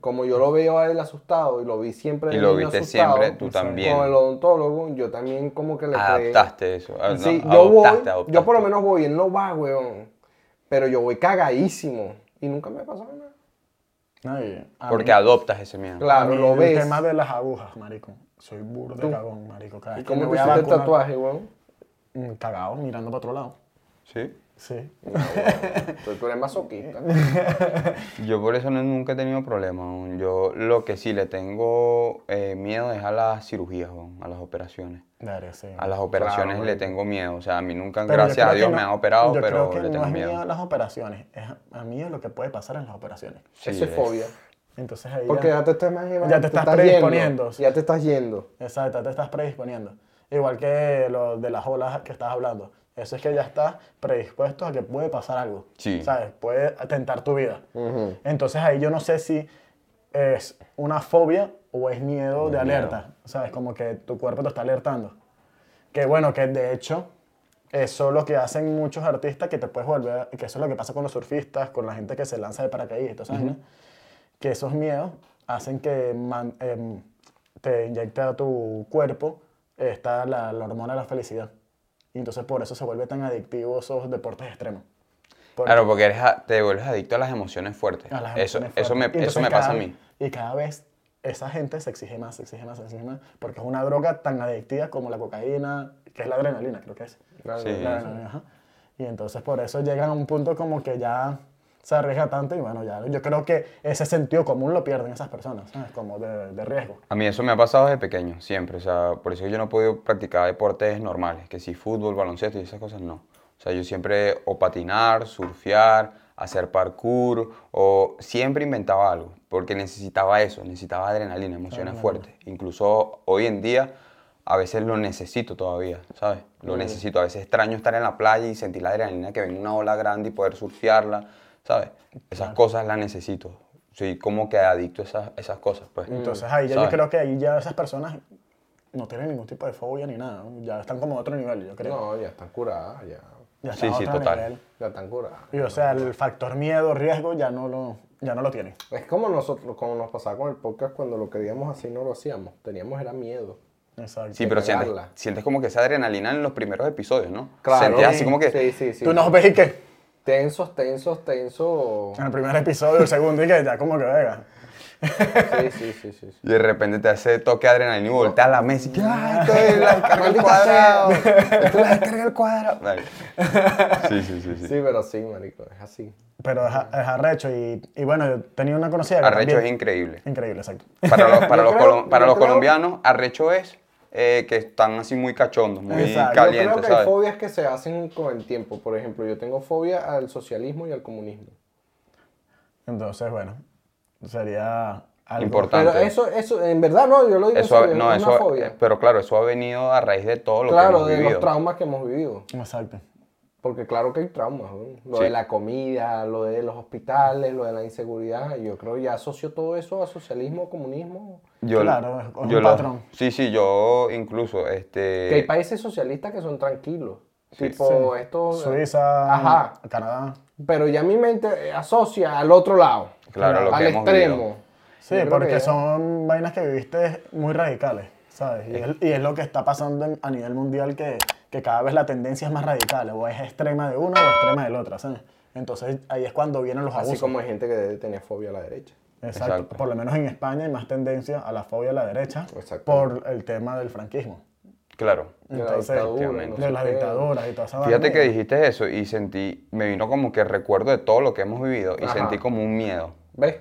[SPEAKER 2] como yo lo veo a él asustado y lo vi siempre de
[SPEAKER 1] Y lo
[SPEAKER 2] niño
[SPEAKER 1] viste
[SPEAKER 2] asustado,
[SPEAKER 1] siempre, tú también.
[SPEAKER 2] Con el odontólogo, yo también como que le creé-
[SPEAKER 1] Adaptaste eso. ah, no,
[SPEAKER 2] Sí, yo voy,
[SPEAKER 1] adoptaste,
[SPEAKER 2] yo por lo
[SPEAKER 1] adoptaste.
[SPEAKER 2] menos voy, él no va, weón. Pero yo voy cagadísimo y nunca me pasó nada.
[SPEAKER 3] No, y a mí-
[SPEAKER 1] Porque adoptas ese miedo.
[SPEAKER 3] a
[SPEAKER 2] Ah, Claro,
[SPEAKER 3] mí
[SPEAKER 2] lo
[SPEAKER 3] el
[SPEAKER 2] ves.
[SPEAKER 3] tema de las agujas, marico. Soy burro de cagón, marico. Cada
[SPEAKER 2] ¿Y
[SPEAKER 3] vez que me
[SPEAKER 2] cómo te
[SPEAKER 3] voy a
[SPEAKER 2] hiciste el
[SPEAKER 3] vacunar-
[SPEAKER 2] tatuaje, weón?
[SPEAKER 3] Mm, Cagado, mirando para otro lado.
[SPEAKER 1] Sí.
[SPEAKER 3] Sí.
[SPEAKER 2] Tú, tú eres masoquista.
[SPEAKER 1] Yo por eso no- nunca he tenido problemas. weón. Yo lo que sí le tengo eh, miedo es a las cirugías, weón, a las operaciones.
[SPEAKER 3] Verga, sí.
[SPEAKER 1] A las operaciones le tengo miedo. O sea, a mí nunca,
[SPEAKER 3] Pero yo
[SPEAKER 1] gracias a
[SPEAKER 3] creo que
[SPEAKER 1] Dios,
[SPEAKER 3] no-
[SPEAKER 1] me han operado,
[SPEAKER 3] yo
[SPEAKER 1] pero
[SPEAKER 3] creo que
[SPEAKER 1] le
[SPEAKER 3] no
[SPEAKER 1] tengo
[SPEAKER 3] es
[SPEAKER 1] miedo.
[SPEAKER 3] miedo a las operaciones. Es a, a mí es lo que puede pasar en las operaciones.
[SPEAKER 1] Sí,
[SPEAKER 2] Eso es
[SPEAKER 1] es.
[SPEAKER 2] fobia.
[SPEAKER 3] Entonces ahí.
[SPEAKER 2] Porque
[SPEAKER 3] ya-
[SPEAKER 2] ya te estás imaginando.
[SPEAKER 3] Ya te estás predisponiendo.
[SPEAKER 2] yendo, ya te estás yendo.
[SPEAKER 3] Exacto, te estás predisponiendo. Igual que lo de las olas que estás hablando. Eso es que ya estás predispuesto a que puede pasar algo.
[SPEAKER 1] Sí.
[SPEAKER 3] ¿Sabes? Puede atentar tu vida. Entonces ahí yo no sé si es una fobia o es miedo de alerta. ¿Sabes? Como que tu cuerpo te está alertando. Que bueno, que de hecho, eso es lo que hacen muchos artistas que te puedes volver, que eso es lo que pasa con los surfistas, con la gente que se lanza de paracaídas y todo eso, ¿no? que esos miedos hacen que man- em, te inyecte a tu cuerpo esta, la, la hormona de la felicidad. Y entonces por eso se vuelve tan adictivo esos deportes extremos. Porque-
[SPEAKER 1] Claro, porque eres a- te vuelves adicto a las emociones fuertes.
[SPEAKER 3] a las
[SPEAKER 1] eso,
[SPEAKER 3] emociones
[SPEAKER 1] eso me,
[SPEAKER 3] fuertes. Y
[SPEAKER 1] eso me
[SPEAKER 3] entonces
[SPEAKER 1] pasa a
[SPEAKER 3] cada-
[SPEAKER 1] mí.
[SPEAKER 3] Y cada vez esa gente se exige más, se exige más, se exige más, porque es una droga tan adictiva como la cocaína, que es la adrenalina, creo que es.
[SPEAKER 2] Claro.
[SPEAKER 1] Sí.
[SPEAKER 3] La adrenalina, ajá. Y entonces por eso llegan a un punto como que ya se arriesga tanto y bueno, ya yo creo que ese sentido común lo pierden esas personas, ¿sabes? Como de, de riesgo.
[SPEAKER 1] A mí eso me ha pasado desde pequeño, siempre. O sea, por eso yo no he podido practicar deportes normales, que si fútbol, baloncesto y esas cosas no. O sea, yo siempre o patinar, surfear, hacer parkour, o siempre inventaba algo, porque necesitaba eso, necesitaba adrenalina, emociones fuertes. Incluso hoy en día a veces lo necesito todavía, ¿sabes? Lo necesito. A veces extraño estar en la playa y sentir la adrenalina que venga una ola grande y poder surfearla, ¿sabes? Esas cosas las necesito. Soy como que adicto a esas, esas cosas, pues.
[SPEAKER 3] Entonces ahí ya yo
[SPEAKER 1] ¿Sabes?
[SPEAKER 3] creo que ahí ya esas personas no tienen ningún tipo de fobia ni nada, ¿no? ya están como a otro nivel, yo creo.
[SPEAKER 2] No, ya están curadas, ya.
[SPEAKER 3] Ya
[SPEAKER 1] Sí,
[SPEAKER 3] están a
[SPEAKER 1] sí,
[SPEAKER 3] otro
[SPEAKER 1] total.
[SPEAKER 3] nivel.
[SPEAKER 2] Ya están curadas.
[SPEAKER 3] Y o sea, el factor miedo, riesgo ya no lo, ya no lo tienen.
[SPEAKER 2] Es como nosotros, como nos pasaba con el podcast cuando lo queríamos así no lo hacíamos. Teníamos era miedo.
[SPEAKER 3] Exacto.
[SPEAKER 1] Sí, pero sientes,
[SPEAKER 2] cagarla.
[SPEAKER 1] sientes como que esa adrenalina en los primeros episodios, ¿no?
[SPEAKER 2] Claro.
[SPEAKER 1] Sentías así como que...
[SPEAKER 2] Sí, sí, sí.
[SPEAKER 3] Tú nos ves y que
[SPEAKER 2] Tensos, tensos, tensos.
[SPEAKER 3] en el primer episodio, el segundo, y que ya como que venga.
[SPEAKER 2] Sí, sí, sí, sí. sí.
[SPEAKER 1] Y de repente te hace toque de adrenalina y volteas a la mesa y que, ¡ay, esto es la descarga al
[SPEAKER 2] Maldita
[SPEAKER 1] cuadrado! ¡Esto es la descarga al cuadrado! Vale. Sí, sí, sí, sí.
[SPEAKER 2] Sí, pero sí, marico, es así.
[SPEAKER 3] Pero es, a- es arrecho. Y, y bueno, yo tenía una conocida que
[SPEAKER 1] Arrecho es
[SPEAKER 3] también-
[SPEAKER 1] increíble.
[SPEAKER 3] increíble, exacto.
[SPEAKER 1] Para los, para
[SPEAKER 2] Yo
[SPEAKER 1] los,
[SPEAKER 2] creo-
[SPEAKER 1] colom- para
[SPEAKER 2] yo
[SPEAKER 1] los
[SPEAKER 2] creo-
[SPEAKER 1] colombianos, arrecho es eh, que están así muy cachondos, muy
[SPEAKER 3] Exacto. Yo
[SPEAKER 2] Yo creo
[SPEAKER 1] calientes,
[SPEAKER 2] que hay
[SPEAKER 1] ¿sabes?
[SPEAKER 2] fobias que se hacen con el tiempo. Por ejemplo, yo tengo fobia al socialismo y al comunismo.
[SPEAKER 3] Entonces, bueno, sería algo...
[SPEAKER 1] Importante.
[SPEAKER 2] Pero
[SPEAKER 1] Tanto.
[SPEAKER 2] eso, eso, en verdad no, yo lo digo en
[SPEAKER 1] Eso, ha-
[SPEAKER 2] serio,
[SPEAKER 1] no,
[SPEAKER 2] es una
[SPEAKER 1] eso,
[SPEAKER 2] fobia.
[SPEAKER 1] eh, pero claro, eso ha venido a raíz de todo lo que
[SPEAKER 2] claro,
[SPEAKER 1] hemos
[SPEAKER 2] de
[SPEAKER 1] vivido.
[SPEAKER 2] los traumas que hemos vivido.
[SPEAKER 3] Exacto.
[SPEAKER 2] Porque claro que hay traumas, ¿no? lo
[SPEAKER 1] Sí.
[SPEAKER 2] de la comida, lo de los hospitales, lo de la inseguridad. Yo creo que ya asocio todo eso a socialismo, comunismo.
[SPEAKER 3] Claro, es- es un
[SPEAKER 1] lo-
[SPEAKER 3] patrón.
[SPEAKER 1] Sí, sí, yo incluso, este...
[SPEAKER 2] que hay países socialistas que son tranquilos. tipo eh, estos.
[SPEAKER 3] Suiza,
[SPEAKER 2] Ajá.
[SPEAKER 3] Canadá.
[SPEAKER 2] Pero ya mi mente eh, asocia al otro lado.
[SPEAKER 1] Claro, lo que
[SPEAKER 2] al
[SPEAKER 1] hemos
[SPEAKER 2] extremo.
[SPEAKER 1] vivido.
[SPEAKER 3] Sí,
[SPEAKER 2] creo que
[SPEAKER 3] porque
[SPEAKER 2] ya-
[SPEAKER 3] son vainas que viviste muy radicales, ¿sabes? Y es, y es lo que está pasando en- a nivel mundial que, que cada vez la tendencia es más radical, o es extrema de uno o extrema del otro, ¿sabes? Entonces ahí es cuando vienen los
[SPEAKER 2] Así
[SPEAKER 3] abusos.
[SPEAKER 2] como hay gente que debe tener fobia a la derecha.
[SPEAKER 3] Exacto.
[SPEAKER 1] Exacto.
[SPEAKER 3] Por lo menos en España hay más tendencia a la fobia a la derecha
[SPEAKER 2] Exacto.
[SPEAKER 3] por el tema del franquismo,
[SPEAKER 1] Claro.
[SPEAKER 2] De la
[SPEAKER 3] Entonces,
[SPEAKER 2] dictadura. no
[SPEAKER 1] efectivamente.
[SPEAKER 2] sé
[SPEAKER 3] de las
[SPEAKER 2] qué.
[SPEAKER 3] dictaduras y toda esa
[SPEAKER 1] Fíjate
[SPEAKER 3] vaina.
[SPEAKER 1] que dijiste eso y sentí, me vino como que recuerdo de todo lo que hemos vivido y
[SPEAKER 2] Ajá.
[SPEAKER 1] sentí como un miedo.
[SPEAKER 2] ¿Ves?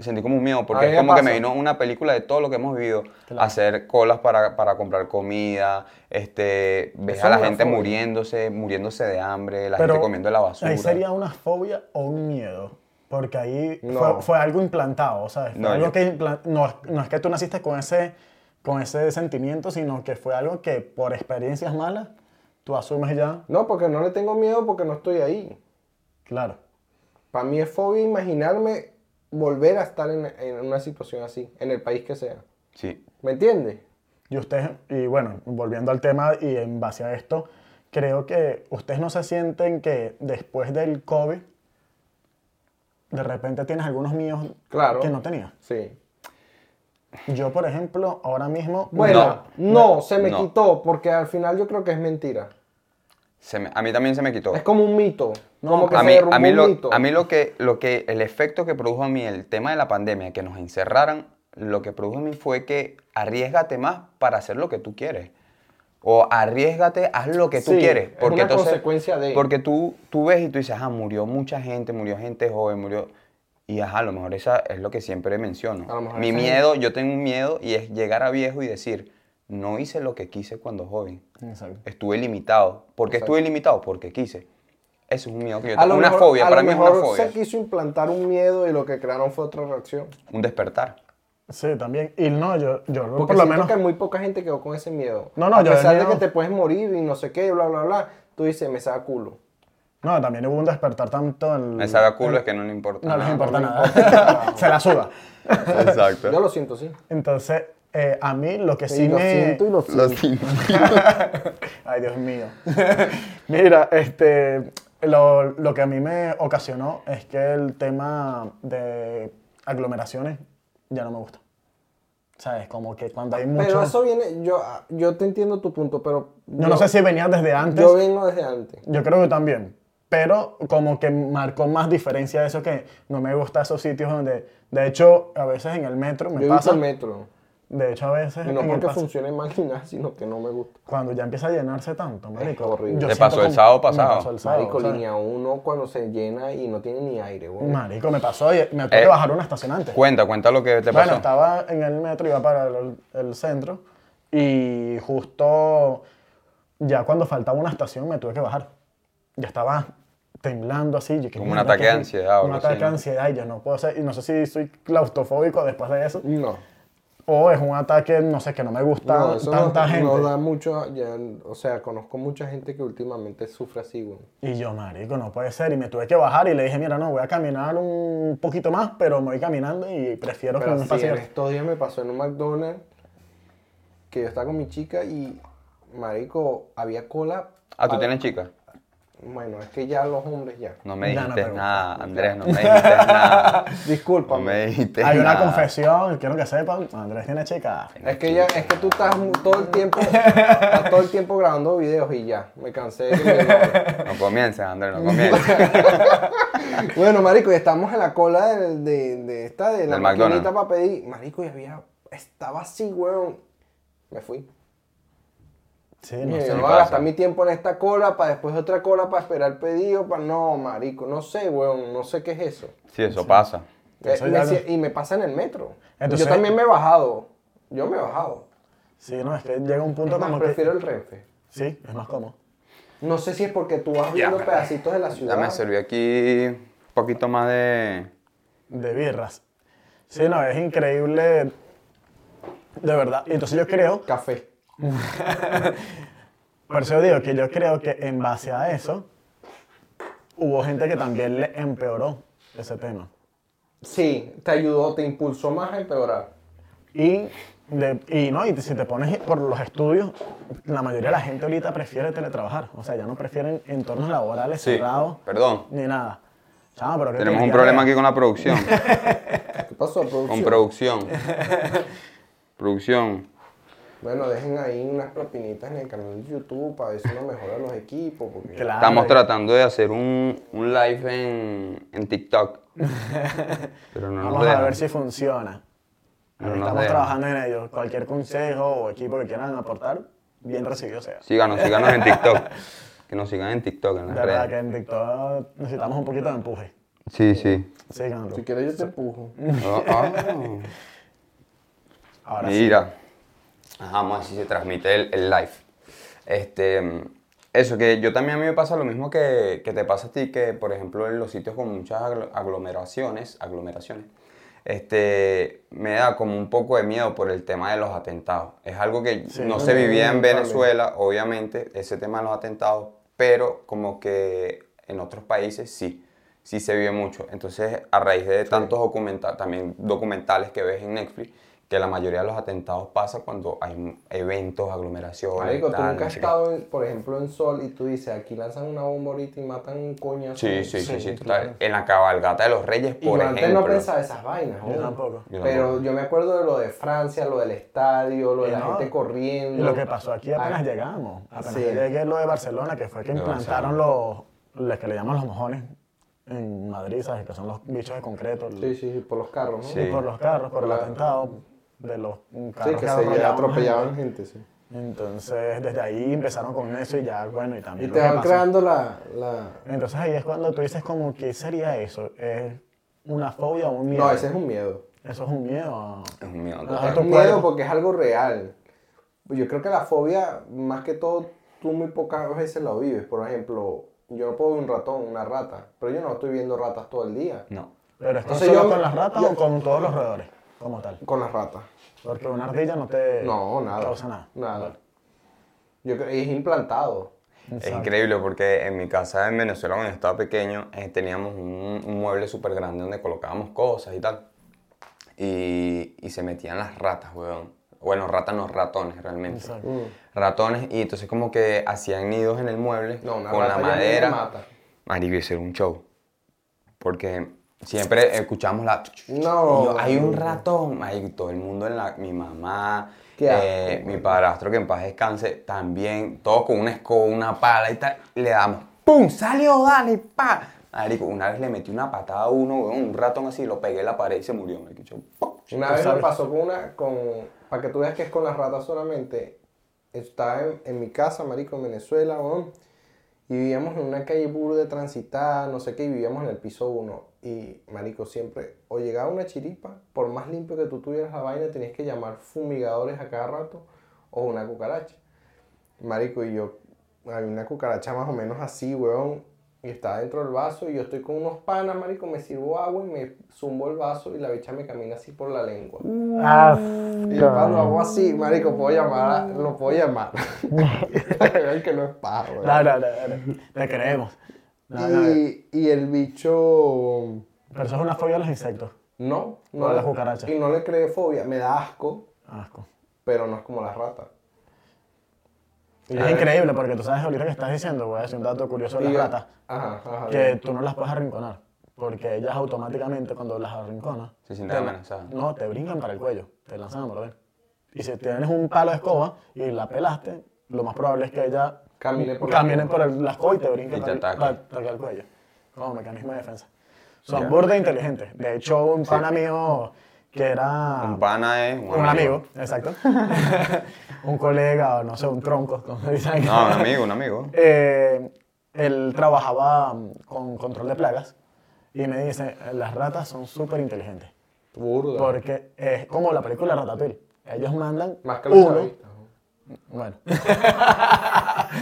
[SPEAKER 1] Sentí como un miedo
[SPEAKER 2] A mí
[SPEAKER 1] porque es
[SPEAKER 2] me
[SPEAKER 1] como que me
[SPEAKER 2] pasa.
[SPEAKER 1] vino una película de todo lo que hemos vivido. Hacer colas para, para comprar comida, este, ves
[SPEAKER 2] Eso
[SPEAKER 1] a la
[SPEAKER 2] es una
[SPEAKER 1] gente
[SPEAKER 2] fobia.
[SPEAKER 1] muriéndose, muriéndose de hambre, la
[SPEAKER 3] Pero
[SPEAKER 1] gente comiendo la basura.
[SPEAKER 3] Ahí sería una fobia o un miedo. Porque ahí
[SPEAKER 2] No.
[SPEAKER 3] fue, fue algo implantado, ¿sabes? Fue
[SPEAKER 1] No,
[SPEAKER 3] algo
[SPEAKER 1] yo-
[SPEAKER 3] que impla- no, es- no es que tú naciste con ese, con ese sentimiento, sino que fue algo que por experiencias malas tú asumes ya.
[SPEAKER 2] No, porque no le tengo miedo porque no estoy ahí.
[SPEAKER 3] Claro.
[SPEAKER 2] Para mí es fobia imaginarme volver a estar en, en una situación así, en el país que sea.
[SPEAKER 1] Sí,
[SPEAKER 2] ¿Me entiendes?
[SPEAKER 3] Y ustedes, y bueno, volviendo al tema y en base a esto, creo que ustedes no se sienten que después del COVID, de repente tienes algunos míos
[SPEAKER 2] Claro.
[SPEAKER 3] que no tenías.
[SPEAKER 2] Sí.
[SPEAKER 3] Yo, por ejemplo, ahora mismo...
[SPEAKER 2] Bueno, no, se me
[SPEAKER 1] no.
[SPEAKER 2] quitó porque al final yo creo que es mentira.
[SPEAKER 1] se me- a mí también se me quitó.
[SPEAKER 2] Es como un mito.
[SPEAKER 3] No,
[SPEAKER 2] como que
[SPEAKER 1] a
[SPEAKER 2] se
[SPEAKER 1] mí,
[SPEAKER 2] derrumbó
[SPEAKER 1] a mí
[SPEAKER 2] un
[SPEAKER 1] lo,
[SPEAKER 2] mito.
[SPEAKER 1] a mí lo que, lo que, el efecto que produjo a mí el tema de la pandemia, que nos encerraran, lo que produjo a mí fue que arriesgate más para hacer lo que tú quieres. O arriesgate, haz lo que tú
[SPEAKER 2] Sí,
[SPEAKER 1] quieres.
[SPEAKER 2] es
[SPEAKER 1] Porque
[SPEAKER 2] una
[SPEAKER 1] entonces-
[SPEAKER 2] consecuencia de-
[SPEAKER 1] Porque tú, tú ves y tú dices, ah, murió mucha gente, murió gente joven, murió... Y ajá, a lo mejor esa es lo que siempre menciono.
[SPEAKER 2] A lo mejor
[SPEAKER 1] Mi
[SPEAKER 2] esa es-
[SPEAKER 1] miedo, yo tengo un miedo y es llegar a viejo y decir, no hice lo que quise cuando joven.
[SPEAKER 3] Exacto.
[SPEAKER 1] Estuve limitado. ¿Por qué
[SPEAKER 2] Exacto.
[SPEAKER 1] estuve limitado? Porque quise. Eso es un miedo que yo
[SPEAKER 2] A
[SPEAKER 1] tengo.
[SPEAKER 2] lo
[SPEAKER 1] Una
[SPEAKER 2] mejor-
[SPEAKER 1] fobia,
[SPEAKER 2] a
[SPEAKER 1] para
[SPEAKER 2] lo
[SPEAKER 1] mí es
[SPEAKER 2] mejor
[SPEAKER 1] una fobia.
[SPEAKER 2] se quiso implantar un miedo y lo que crearon fue otra reacción.
[SPEAKER 1] Un despertar.
[SPEAKER 3] Sí, también. Y no, yo, yo
[SPEAKER 2] Porque
[SPEAKER 3] por lo
[SPEAKER 2] siento
[SPEAKER 3] menos.
[SPEAKER 2] que muy poca gente quedó con ese miedo.
[SPEAKER 3] No, no,
[SPEAKER 2] a
[SPEAKER 3] yo el
[SPEAKER 2] pesar de
[SPEAKER 3] miedo-
[SPEAKER 2] que te puedes morir y no sé qué, bla, bla, bla, tú dices, me saca culo.
[SPEAKER 3] No, también hubo un despertar tanto en.
[SPEAKER 1] Me sabe a culo, es que no le importa.
[SPEAKER 3] No les
[SPEAKER 2] Ah,
[SPEAKER 1] nada.
[SPEAKER 3] importa
[SPEAKER 2] no
[SPEAKER 3] nada.
[SPEAKER 2] <laughs>
[SPEAKER 3] Se la suda.
[SPEAKER 1] <laughs>
[SPEAKER 2] Yo
[SPEAKER 1] Exacto.
[SPEAKER 2] lo siento, sí.
[SPEAKER 3] Entonces, eh, a mí lo que sí,
[SPEAKER 2] lo
[SPEAKER 3] me.
[SPEAKER 2] siento y
[SPEAKER 1] <laughs>
[SPEAKER 2] lo siento.
[SPEAKER 3] <laughs> Ay, Dios mío. <laughs> Mira, este, lo, lo que a mí me ocasionó es que el tema de aglomeraciones ya no me gusta. ¿Sabes? Como que cuando hay mucho.
[SPEAKER 2] Pero eso viene, yo, yo te entiendo tu punto, pero
[SPEAKER 3] Yo no sé si venía desde antes.
[SPEAKER 2] yo vengo desde antes.
[SPEAKER 3] Yo creo que también. Pero como que marcó más diferencia eso que no me gusta esos sitios donde, de hecho, a veces en el metro me
[SPEAKER 2] Yo
[SPEAKER 3] pasa.
[SPEAKER 2] uso el metro.
[SPEAKER 3] De hecho, a veces
[SPEAKER 2] Y
[SPEAKER 3] en <laughs>
[SPEAKER 2] no
[SPEAKER 3] el
[SPEAKER 2] porque
[SPEAKER 3] pase-
[SPEAKER 2] funcione mal ni nada, sino que no me gusta.
[SPEAKER 3] cuando ya empieza a llenarse tanto, marico.
[SPEAKER 2] horrible.
[SPEAKER 3] yo
[SPEAKER 1] ¿Te
[SPEAKER 3] siento
[SPEAKER 1] pasó el
[SPEAKER 3] como-
[SPEAKER 1] sábado
[SPEAKER 3] me
[SPEAKER 1] pasado?
[SPEAKER 3] pasó el sábado,
[SPEAKER 2] Marico,
[SPEAKER 3] ¿sabes?
[SPEAKER 2] línea 1 cuando se llena y no tiene ni aire, weón.
[SPEAKER 3] Marico, me pasó y me tuve que
[SPEAKER 1] Eh,
[SPEAKER 3] bajar una estación antes.
[SPEAKER 1] Cuenta, cuenta lo que te
[SPEAKER 3] Bueno,
[SPEAKER 1] pasó.
[SPEAKER 3] estaba en el metro, iba para el, el centro y justo ya cuando faltaba una estación me tuve que bajar. Ya estaba temblando así. yo, ¿qué
[SPEAKER 1] Como un
[SPEAKER 3] mierda
[SPEAKER 1] ataque
[SPEAKER 3] que
[SPEAKER 1] de
[SPEAKER 3] hay?
[SPEAKER 1] ansiedad o
[SPEAKER 3] Un
[SPEAKER 1] algo así,
[SPEAKER 3] ataque de
[SPEAKER 1] ¿no?
[SPEAKER 3] ansiedad y yo no puedo ser, y no sé si soy claustrofóbico después de eso
[SPEAKER 2] No.
[SPEAKER 3] o es un ataque, no sé, que no me gusta
[SPEAKER 2] no, eso
[SPEAKER 3] tanta
[SPEAKER 2] no,
[SPEAKER 3] gente.
[SPEAKER 2] no da mucho, ya, o sea, conozco mucha gente que últimamente sufre así, weón.
[SPEAKER 3] Y yo, marico, no puede ser. Y me tuve que bajar y le dije, mira, no, voy a caminar un poquito más, pero me voy caminando y prefiero que
[SPEAKER 2] Pero
[SPEAKER 3] un
[SPEAKER 2] sí,
[SPEAKER 3] pasillo.
[SPEAKER 2] en estos días me pasó en un McDonald's que yo estaba con mi chica y, marico, había cola.
[SPEAKER 1] Ah, tú
[SPEAKER 2] para-
[SPEAKER 1] tienes chica.
[SPEAKER 2] Bueno, es que ya los hombres
[SPEAKER 1] <laughs>
[SPEAKER 2] ya.
[SPEAKER 1] No me
[SPEAKER 3] Ya no
[SPEAKER 1] dijiste
[SPEAKER 3] te gusta.
[SPEAKER 1] nada, Andrés, no me dijiste nada. No
[SPEAKER 2] Disculpa,
[SPEAKER 1] me dijiste
[SPEAKER 3] Hay una
[SPEAKER 1] nada.
[SPEAKER 3] confesión, quiero que sepan, Andrés tiene chica.
[SPEAKER 2] es que ya, es que tú estás mu- todo el tiempo, estás todo el tiempo grabando videos y ya, me cansé. de que
[SPEAKER 3] <laughs>
[SPEAKER 2] me-
[SPEAKER 1] No comiences, Andrés, no comiences.
[SPEAKER 2] bueno, marico, y estamos en la cola de, de- de esta de la
[SPEAKER 1] Del
[SPEAKER 2] maquinita
[SPEAKER 1] McDonald's.
[SPEAKER 2] para pedir, marico, y había, estaba así, weón. Me fui.
[SPEAKER 3] Sí,
[SPEAKER 2] No
[SPEAKER 3] no sé.
[SPEAKER 2] voy a
[SPEAKER 1] pasa.
[SPEAKER 2] gastar mi tiempo en esta cola para después otra cola para esperar el pedido. Para... No, marico, no sé, weón, no sé qué es eso.
[SPEAKER 1] Sí, eso pasa.
[SPEAKER 2] Eh,
[SPEAKER 3] Eso
[SPEAKER 2] me
[SPEAKER 3] ya
[SPEAKER 2] si-
[SPEAKER 3] no-
[SPEAKER 2] Y me pasa en el metro.
[SPEAKER 3] Entonces-
[SPEAKER 2] yo también me he bajado. Yo me he bajado.
[SPEAKER 3] Sí, no, es que llega un punto
[SPEAKER 2] Es más,
[SPEAKER 3] como
[SPEAKER 2] prefiero
[SPEAKER 3] que.
[SPEAKER 2] el Renfe.
[SPEAKER 3] Sí, es más cómodo.
[SPEAKER 2] No sé si es porque tú vas viendo
[SPEAKER 1] me-
[SPEAKER 2] pedacitos de la ciudad.
[SPEAKER 1] Ya me serví aquí un poquito más de...
[SPEAKER 3] De birras. Sí, no, es increíble. De verdad. Y entonces yo creo
[SPEAKER 2] Café.
[SPEAKER 3] Por eso digo que yo creo que en base a eso, hubo gente que también le empeoró ese tema.
[SPEAKER 2] Sí, te ayudó, te impulsó más a empeorar.
[SPEAKER 3] Y, de- y no, y si te pones por los estudios, la mayoría de la gente ahorita prefiere teletrabajar. O sea, ya no prefieren entornos laborales
[SPEAKER 1] Sí,
[SPEAKER 3] cerrados
[SPEAKER 1] perdón.
[SPEAKER 3] ni nada. Chamo, pero ¿qué
[SPEAKER 1] Tenemos
[SPEAKER 3] tienes
[SPEAKER 1] un
[SPEAKER 3] que
[SPEAKER 1] problema
[SPEAKER 3] hacer?
[SPEAKER 1] aquí con la producción.
[SPEAKER 2] ¿Qué Pasó a producción.
[SPEAKER 1] Con producción. producción.
[SPEAKER 2] Bueno, dejen ahí unas propinitas en el canal de YouTube para ver si uno mejora los equipos. Porque
[SPEAKER 3] Claro.
[SPEAKER 1] Estamos tratando de hacer un, un live en, en
[SPEAKER 3] <laughs>
[SPEAKER 1] TikTok. Pero no nos
[SPEAKER 3] Vamos a
[SPEAKER 1] dejan.
[SPEAKER 3] ver si funciona.
[SPEAKER 1] No nos
[SPEAKER 3] Estamos
[SPEAKER 1] dejan.
[SPEAKER 3] trabajando en ello. Cualquier consejo o equipo que quieran aportar, bien recibido sea.
[SPEAKER 1] Síganos, síganos en
[SPEAKER 3] <laughs>
[SPEAKER 1] TikTok. Que nos sigan en TikTok, en
[SPEAKER 3] De
[SPEAKER 1] las
[SPEAKER 3] verdad que
[SPEAKER 1] redes.
[SPEAKER 3] en TikTok necesitamos un poquito de empuje.
[SPEAKER 1] Sí, sí.
[SPEAKER 3] Síganlo.
[SPEAKER 2] si quieres yo te empujo.
[SPEAKER 1] Ah, ah.
[SPEAKER 3] Ahora sí.
[SPEAKER 1] Mira, Ajá, vamos a ver si se transmite el, el live. Este, mm, eso, que yo también a mí me pasa lo mismo que, que te pasa a ti, que por ejemplo en los sitios con muchas aglo- aglomeraciones, aglomeraciones, este, me da como un poco de miedo por el tema de los atentados. Es algo que
[SPEAKER 3] Sí,
[SPEAKER 1] no
[SPEAKER 3] no,
[SPEAKER 1] se
[SPEAKER 3] no,
[SPEAKER 1] vivía en
[SPEAKER 2] inevitable.
[SPEAKER 1] Venezuela, obviamente, ese tema de los atentados, pero como que en otros países sí, sí se vive mucho. Entonces, a raíz de tantos documentales, también documentales que ves en Netflix, que la mayoría de los atentados pasa cuando hay m- eventos, aglomeraciones,
[SPEAKER 2] Marico, tú
[SPEAKER 1] tal,
[SPEAKER 2] nunca
[SPEAKER 1] no
[SPEAKER 2] has
[SPEAKER 1] sé qué.
[SPEAKER 2] estado, en- por ejemplo, en Sol y tú dices, aquí lanzan una bomba ahorita y matan un coñazo.
[SPEAKER 1] Sí, sí, sí, sí,
[SPEAKER 3] Sí,
[SPEAKER 1] total.
[SPEAKER 3] claro.
[SPEAKER 1] En la cabalgata de los reyes,
[SPEAKER 2] Y
[SPEAKER 1] por
[SPEAKER 2] yo antes no
[SPEAKER 1] ejemplo.
[SPEAKER 2] pensaba esas vainas.
[SPEAKER 3] Yo
[SPEAKER 2] ¿no?
[SPEAKER 3] tampoco.
[SPEAKER 1] Yo
[SPEAKER 2] Pero
[SPEAKER 1] tampoco.
[SPEAKER 2] yo me acuerdo de lo de Francia, lo del estadio, lo de
[SPEAKER 3] Y
[SPEAKER 2] la
[SPEAKER 3] no,
[SPEAKER 2] gente
[SPEAKER 3] Y
[SPEAKER 2] corriendo.
[SPEAKER 3] lo que pasó aquí apenas
[SPEAKER 2] Ah,
[SPEAKER 3] llegamos. Apenas
[SPEAKER 2] sí.
[SPEAKER 3] llegué lo de Barcelona, que fue que
[SPEAKER 1] De
[SPEAKER 3] implantaron los, los que le llaman los mojones en Madrid, ¿sabes? Que son los bichos de concreto. el-
[SPEAKER 2] Sí, sí, sí, por los carros, ¿no?
[SPEAKER 1] Sí.
[SPEAKER 3] Por los carros, por el
[SPEAKER 2] Claro.
[SPEAKER 3] atentado de los mm,
[SPEAKER 2] Sí,
[SPEAKER 3] carros
[SPEAKER 2] que
[SPEAKER 3] que
[SPEAKER 2] se
[SPEAKER 3] atropellaban.
[SPEAKER 2] atropellaban gente, sí.
[SPEAKER 3] Entonces, desde ahí empezaron con eso y ya, bueno, y
[SPEAKER 2] Y
[SPEAKER 3] también
[SPEAKER 2] te
[SPEAKER 3] lo que
[SPEAKER 2] van
[SPEAKER 3] pasó.
[SPEAKER 2] creando la, la...
[SPEAKER 3] Entonces ahí es cuando tú dices como, ¿qué sería eso? ¿Es una fobia o un miedo?
[SPEAKER 2] No, ese es un miedo.
[SPEAKER 3] Eso es un miedo.
[SPEAKER 1] Es un miedo
[SPEAKER 3] Ajá,
[SPEAKER 1] total.
[SPEAKER 2] Es un
[SPEAKER 3] cuerpo.
[SPEAKER 2] miedo porque es algo real. Yo creo que la fobia, más que todo, tú muy pocas veces la vives. Por ejemplo, yo no puedo ver un ratón, una rata, pero yo no estoy viendo ratas todo el día.
[SPEAKER 1] No.
[SPEAKER 3] ¿Pero es con
[SPEAKER 2] Entonces
[SPEAKER 3] solo
[SPEAKER 2] yo-
[SPEAKER 3] con las ratas
[SPEAKER 2] yo-
[SPEAKER 3] o con todos los roedores? Como tal.
[SPEAKER 2] Con las ratas.
[SPEAKER 3] Porque una ardilla no te
[SPEAKER 2] No, nada.
[SPEAKER 3] causa nada.
[SPEAKER 2] Nada. Yo creo es implantado.
[SPEAKER 1] Es increíble porque en mi casa en Venezuela cuando estaba pequeño eh, teníamos un, un mueble súper grande donde colocábamos cosas y tal. Y, y se metían las ratas, weón. Bueno, ratas no, ratones realmente.
[SPEAKER 3] Exacto.
[SPEAKER 2] Mm.
[SPEAKER 1] Ratones y entonces como que hacían nidos en el mueble
[SPEAKER 2] No, una
[SPEAKER 1] con la
[SPEAKER 2] rata ya a mí me
[SPEAKER 1] madera.
[SPEAKER 2] mata.
[SPEAKER 1] Marico, eso era un show. Porque siempre escuchamos la...
[SPEAKER 2] No.
[SPEAKER 1] Y yo, hay un ratón. Ahí todo el mundo en la. Mi mamá,
[SPEAKER 2] Qué
[SPEAKER 1] eh,
[SPEAKER 2] asco,
[SPEAKER 1] mi padrastro que en paz descanse, también, todo con una escoba, una pala y tal. Le damos, ¡pum! ¡Salió! ¡Dale! ¡Pa! Marico, una vez le metí una patada a uno, weón, un ratón así, lo pegué en la pared y se murió. marico, yo, ¡pum!
[SPEAKER 2] Una vez me pasó con una, con, para que tú veas que es con las ratas solamente, estaba en, en mi casa, marico, en Venezuela, weón, y vivíamos en una calle burda transitada, no sé qué, y vivíamos en el piso 1. Y, marico, siempre, o llegaba una chiripa, por más limpio que tú tuvieras la vaina, tenías que llamar fumigadores a cada rato, o una cucaracha. Marico, y yo, había una cucaracha más o menos así, weón. Y estaba dentro del vaso y yo estoy con unos panas, marico, me sirvo agua y me zumbo el vaso y la bicha me camina así por la lengua. Y yo, "Pa, lo hago así, marico, puedo llamar, a- lo puedo llamar. El que no es paja, weón.
[SPEAKER 3] No, no, no, no. Te creemos. No, no, no.
[SPEAKER 2] y, y el bicho,
[SPEAKER 3] Pero eso es una fobia a los insectos.
[SPEAKER 2] no, no.
[SPEAKER 3] O a
[SPEAKER 2] le-
[SPEAKER 3] las cucarachas.
[SPEAKER 2] Y no le cree fobia, me da asco,
[SPEAKER 3] Asco.
[SPEAKER 2] pero no es como las ratas. Y yo-
[SPEAKER 3] Es increíble porque tú sabes ahorita que estás diciendo, voy a decir un dato curioso de
[SPEAKER 2] y
[SPEAKER 3] las
[SPEAKER 2] yo-
[SPEAKER 3] ratas,
[SPEAKER 2] Ajá, ajá.
[SPEAKER 3] que tú no las puedes arrinconar, porque ellas automáticamente cuando las arrinconas,
[SPEAKER 1] Se sienten amenazadas.
[SPEAKER 3] no, te brincan para el cuello, te lanzan a morder. Y si tienes un palo de escoba y la pelaste, lo más probable es que ella
[SPEAKER 2] Camine por la
[SPEAKER 3] caminen por el- la escoba y te
[SPEAKER 1] Y te
[SPEAKER 3] brinquen para, el-
[SPEAKER 1] ataque.
[SPEAKER 3] para atacar el cuello, como mecanismo de defensa. Son burda inteligentes. De hecho, un pana mío que era...
[SPEAKER 2] Ah.
[SPEAKER 1] Un pana es
[SPEAKER 3] Un amigo, exacto. <laughs> un colega, o no sé, un tronco, como dicen. aquí.
[SPEAKER 1] No, un amigo, un amigo.
[SPEAKER 3] Eh, él trabajaba mm, con control de plagas y me dice, las ratas son súper inteligentes.
[SPEAKER 2] Burda.
[SPEAKER 3] Porque es como la película Ratatouille. Ellos mandan
[SPEAKER 2] Más que los
[SPEAKER 3] uno.
[SPEAKER 2] chavistas. ¿no?
[SPEAKER 3] Bueno,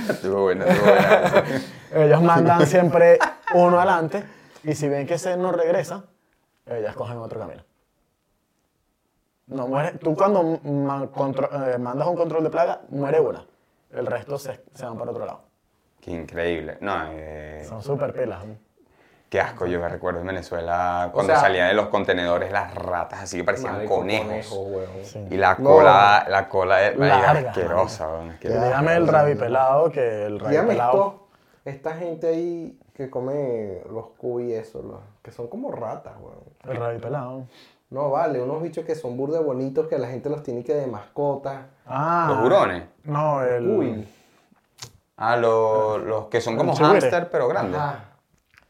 [SPEAKER 1] Estuvo bueno, estuvo bueno.
[SPEAKER 2] <laughs>
[SPEAKER 3] ellos mandan siempre uno adelante y si ven que ese no regresa, ellas cogen otro camino. No muere. Tú cuando ma- contro- eh, mandas un control de plaga, muere una. El resto se, se van para otro lado.
[SPEAKER 1] Qué increíble. No, eh,
[SPEAKER 3] Son súper pilas.
[SPEAKER 1] Qué asco, yo me recuerdo en Venezuela cuando
[SPEAKER 2] sea-
[SPEAKER 1] salían de los contenedores las ratas, así que parecían
[SPEAKER 2] Marico,
[SPEAKER 1] conejos.
[SPEAKER 2] conejo, weón.
[SPEAKER 1] Y la
[SPEAKER 2] No.
[SPEAKER 1] cola, la cola es
[SPEAKER 3] Larga,
[SPEAKER 1] ay, asquerosa, weón, asquerosa.
[SPEAKER 3] Dígame el rabipelado que el
[SPEAKER 2] Dígame
[SPEAKER 3] rabipelado...
[SPEAKER 2] esto, esta gente ahí que come los cuy y eso, los- que son como ratas, weón.
[SPEAKER 3] El rabipelado.
[SPEAKER 2] No, vale, unos bichos que son burde bonitos que la gente los tiene que de mascotas.
[SPEAKER 3] Ah.
[SPEAKER 1] Los hurones.
[SPEAKER 3] No,
[SPEAKER 1] Mm.
[SPEAKER 3] el.
[SPEAKER 2] Uy.
[SPEAKER 1] Ah, lo- los que son como
[SPEAKER 3] Los chigüires.
[SPEAKER 1] hámster, pero grandes.
[SPEAKER 2] Ajá.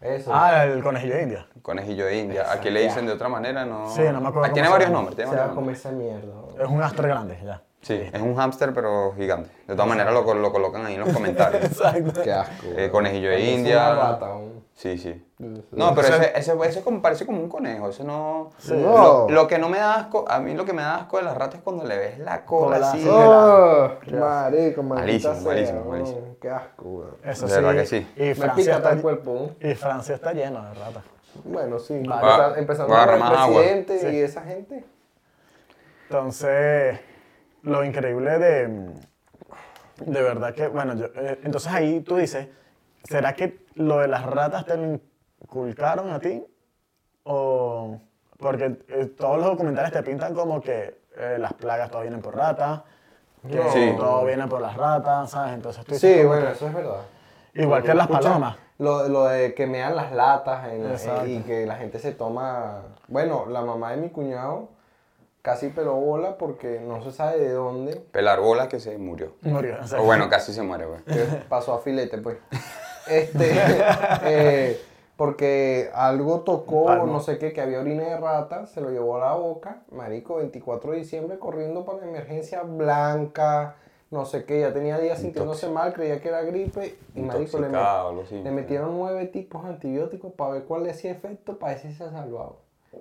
[SPEAKER 2] Eso.
[SPEAKER 3] Ah, el conejillo de India.
[SPEAKER 1] Conejillo de India. Aquí le dicen de otra manera, no.
[SPEAKER 3] Sí, no me acuerdo
[SPEAKER 1] Ah,
[SPEAKER 3] cómo
[SPEAKER 1] tiene
[SPEAKER 3] se
[SPEAKER 1] varios
[SPEAKER 3] llama.
[SPEAKER 1] nombres.
[SPEAKER 2] se
[SPEAKER 1] tiene
[SPEAKER 2] va
[SPEAKER 1] varios
[SPEAKER 2] a
[SPEAKER 1] nombres.
[SPEAKER 2] comer esa mierda. bro.
[SPEAKER 1] Eh,
[SPEAKER 3] Es un astro grande, ya. <laughs>
[SPEAKER 1] Sí, es un hámster, pero gigante. De todas maneras, lo, co- lo colocan ahí en
[SPEAKER 3] <laughs>
[SPEAKER 1] los comentarios.
[SPEAKER 3] Exacto.
[SPEAKER 2] Qué asco.
[SPEAKER 1] Eh,
[SPEAKER 2] bro.
[SPEAKER 1] conejillo de
[SPEAKER 2] Parece
[SPEAKER 1] India.
[SPEAKER 2] Una rata, un-
[SPEAKER 1] Sí, sí.
[SPEAKER 2] Sí.
[SPEAKER 1] No, pero ese, ese, ese como- parece como un conejo, eso no...
[SPEAKER 2] Sí.
[SPEAKER 1] Lo,
[SPEAKER 2] No.
[SPEAKER 1] lo que no me da asco, a mí lo que me da asco de las ratas es cuando le ves la cola
[SPEAKER 3] Cola.
[SPEAKER 1] así.
[SPEAKER 3] Sí,
[SPEAKER 2] Oh, marico, maldita
[SPEAKER 1] Malísimo, malísimo,
[SPEAKER 2] sea,
[SPEAKER 1] malísimo.
[SPEAKER 2] bro. Qué asco, bro.
[SPEAKER 3] Eso
[SPEAKER 1] De
[SPEAKER 3] sí.
[SPEAKER 1] verdad que sí.
[SPEAKER 3] Y
[SPEAKER 2] Me
[SPEAKER 3] Eh, Francia,
[SPEAKER 2] pica todo
[SPEAKER 3] está,
[SPEAKER 2] el cuerpo.
[SPEAKER 3] y Francia está llena de ratas.
[SPEAKER 2] Bueno, sí.
[SPEAKER 1] Va-
[SPEAKER 2] empeza- empezando
[SPEAKER 1] voy a
[SPEAKER 2] por el
[SPEAKER 1] agarrar más agua.
[SPEAKER 2] presidente y esa gente.
[SPEAKER 3] Entonces, lo increíble de. De verdad que, bueno, yo, eh, entonces ahí tú dices, ¿será que lo de las ratas te lo inculcaron a ti? O. Porque eh, todos los documentales te pintan como que eh, las plagas todas vienen por ratas, que
[SPEAKER 1] Sí.
[SPEAKER 3] todo viene por las ratas, ¿sabes? Entonces tú dices,
[SPEAKER 2] Sí,
[SPEAKER 3] como
[SPEAKER 2] bueno, eso es verdad.
[SPEAKER 3] que- igual que las
[SPEAKER 2] Escucha,
[SPEAKER 3] palomas.
[SPEAKER 2] Lo, lo de que mean las latas en la-
[SPEAKER 3] Exacto.
[SPEAKER 2] y que la gente se toma. Bueno, la mamá de mi cuñado casi peló bola porque no se sabe de dónde.
[SPEAKER 1] Pelar bolas que se murió.
[SPEAKER 3] Murió, o sea,
[SPEAKER 1] O bueno, casi se muere, güey.
[SPEAKER 2] que Pasó a filete, pues. Este. <laughs> eh, porque algo tocó,
[SPEAKER 3] Ah,
[SPEAKER 2] no sé qué, que había orina de rata, se lo llevó a la boca. Marico, 24 de diciembre corriendo para la emergencia blanca. No sé qué, ya tenía días sintiéndose mal, creía que era gripe. Y marico, le, met-
[SPEAKER 1] Intoxicado, algo así.
[SPEAKER 2] le metieron nueve tipos de antibióticos para ver cuál le hacía efecto, para ver si se salvaba.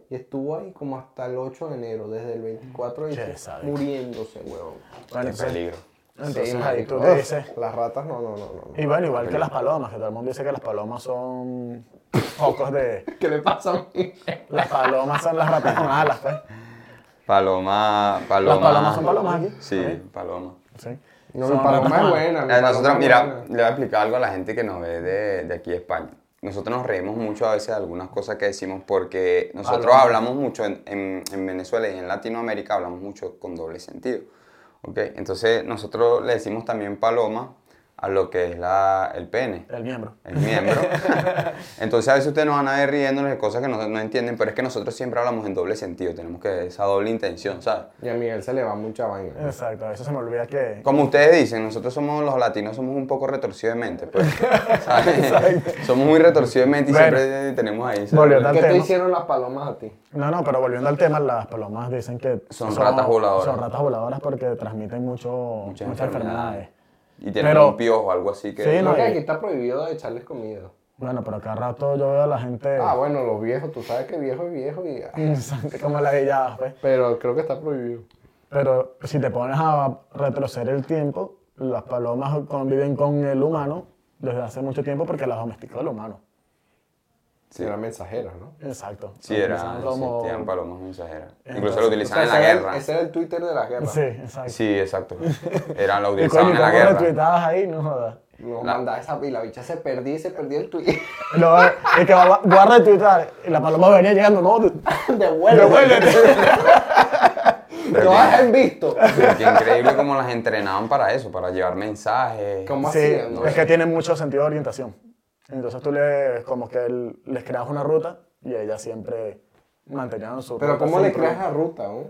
[SPEAKER 2] Y estuvo ahí como hasta el 8 de enero, desde el 24 de
[SPEAKER 3] Qué
[SPEAKER 2] diciembre,
[SPEAKER 3] sádico.
[SPEAKER 2] muriéndose, huevón.
[SPEAKER 3] bueno,
[SPEAKER 1] Qué
[SPEAKER 3] entonces,
[SPEAKER 1] peligro.
[SPEAKER 3] entonces
[SPEAKER 2] Sí,
[SPEAKER 3] ahí tú
[SPEAKER 2] marico.
[SPEAKER 3] te dices,
[SPEAKER 2] Las ratas no, no, no, no. no.
[SPEAKER 3] y bueno, igual que las palomas, que todo el mundo dice que las palomas son focos de...
[SPEAKER 2] ¿Qué le pasa a mí?
[SPEAKER 3] Las palomas son las ratas con alas, pues.
[SPEAKER 1] Paloma, paloma.
[SPEAKER 3] Las palomas son palomas aquí.
[SPEAKER 1] Sí, paloma.
[SPEAKER 3] Sí.
[SPEAKER 2] No,
[SPEAKER 3] Son
[SPEAKER 2] mi paloma
[SPEAKER 3] ratas
[SPEAKER 2] es
[SPEAKER 3] con
[SPEAKER 2] buena. mi
[SPEAKER 1] Eh, Nosotros,
[SPEAKER 2] paloma es
[SPEAKER 1] mira,
[SPEAKER 2] buena.
[SPEAKER 1] le voy a explicar algo a la gente que nos ve de, de aquí de España. Nosotros nos reímos mucho a veces de algunas cosas que decimos porque nosotros hablamos mucho en, en- en Venezuela y en Latinoamérica, hablamos mucho con doble sentido. ¿ok? Entonces nosotros le decimos también paloma a lo que es la, el pene,
[SPEAKER 3] El miembro.
[SPEAKER 1] el miembro.
[SPEAKER 2] <laughs>
[SPEAKER 1] Entonces a veces ustedes nos van a ver riéndonos de cosas que no, no entienden, pero es que nosotros siempre hablamos en doble sentido, tenemos que esa doble intención, ¿sabes?
[SPEAKER 2] Y a Miguel se le va mucha vaina.
[SPEAKER 3] Exacto, a eso se me olvida que...
[SPEAKER 1] Como ustedes dicen, nosotros somos los latinos, somos un poco retorcidos de mente,
[SPEAKER 3] <laughs>
[SPEAKER 1] pues. ¿sabes? somos muy retorcidos de mente y
[SPEAKER 3] Bueno.
[SPEAKER 1] siempre tenemos ahí. ¿sabes?
[SPEAKER 3] Volviendo al
[SPEAKER 2] ¿Qué te
[SPEAKER 3] tema.
[SPEAKER 2] hicieron las palomas a ti?
[SPEAKER 3] No, no, pero volviendo al tema, las palomas dicen que...
[SPEAKER 1] Son ratas voladoras.
[SPEAKER 3] Son ratas voladoras porque transmiten mucho, muchas, enfermedades.
[SPEAKER 1] Y tenemos
[SPEAKER 3] Pero-
[SPEAKER 1] un piojo, algo así que.
[SPEAKER 3] Sí,
[SPEAKER 2] No, eh.
[SPEAKER 3] no,
[SPEAKER 2] que
[SPEAKER 3] y-
[SPEAKER 2] aquí está prohibido de echarles comida.
[SPEAKER 3] Bueno, pero cada rato yo veo a la gente...
[SPEAKER 2] Ah, bueno, los viejos, tú sabes que viejo es viejo y...
[SPEAKER 3] Exacto, <laughs> como la villada, pues.
[SPEAKER 2] Pero creo que está prohibido.
[SPEAKER 3] Pero si te pones a retroceder el tiempo, las palomas conviven con el humano desde hace mucho tiempo porque las domesticó el humano.
[SPEAKER 2] Si era mensajera, ¿no?
[SPEAKER 3] Exacto.
[SPEAKER 1] Sí, era,
[SPEAKER 3] Utilizan como-
[SPEAKER 1] existían palomas mensajeras.
[SPEAKER 3] Entonces,
[SPEAKER 1] Incluso lo utilizaban en la
[SPEAKER 2] ese, era
[SPEAKER 1] guerra.
[SPEAKER 2] el, ese era el Twitter de las guerras.
[SPEAKER 3] Sí, exacto.
[SPEAKER 1] Sí,
[SPEAKER 3] <laughs>
[SPEAKER 1] exacto. Eran, lo
[SPEAKER 3] Y
[SPEAKER 1] utilizaban
[SPEAKER 3] Eh, coño,
[SPEAKER 1] en la
[SPEAKER 3] ¿cómo
[SPEAKER 1] guerra.
[SPEAKER 3] retuitabas ahí? No jodas.
[SPEAKER 2] Nos mandaba esa y la bicha se perdía y se perdía el Twitter. <laughs>
[SPEAKER 3] Lo, es que va, voy a retuitar. Y la paloma venía llegando, no, tú-
[SPEAKER 2] Devuélvete. <laughs>
[SPEAKER 1] Pero
[SPEAKER 2] Todas
[SPEAKER 1] qué-
[SPEAKER 2] han visto.
[SPEAKER 1] <laughs> pero qué increíble cómo las entrenaban para eso, para llevar mensajes.
[SPEAKER 2] ¿Cómo
[SPEAKER 3] Sí,
[SPEAKER 2] hacían?
[SPEAKER 3] es que tienen mucho sentido de orientación. Entonces tú les, como que el- les creas una ruta y ellas siempre mantenían su
[SPEAKER 2] Pero
[SPEAKER 3] ruta
[SPEAKER 2] ¿cómo le
[SPEAKER 3] siempre.
[SPEAKER 2] creas la ruta, ¿no?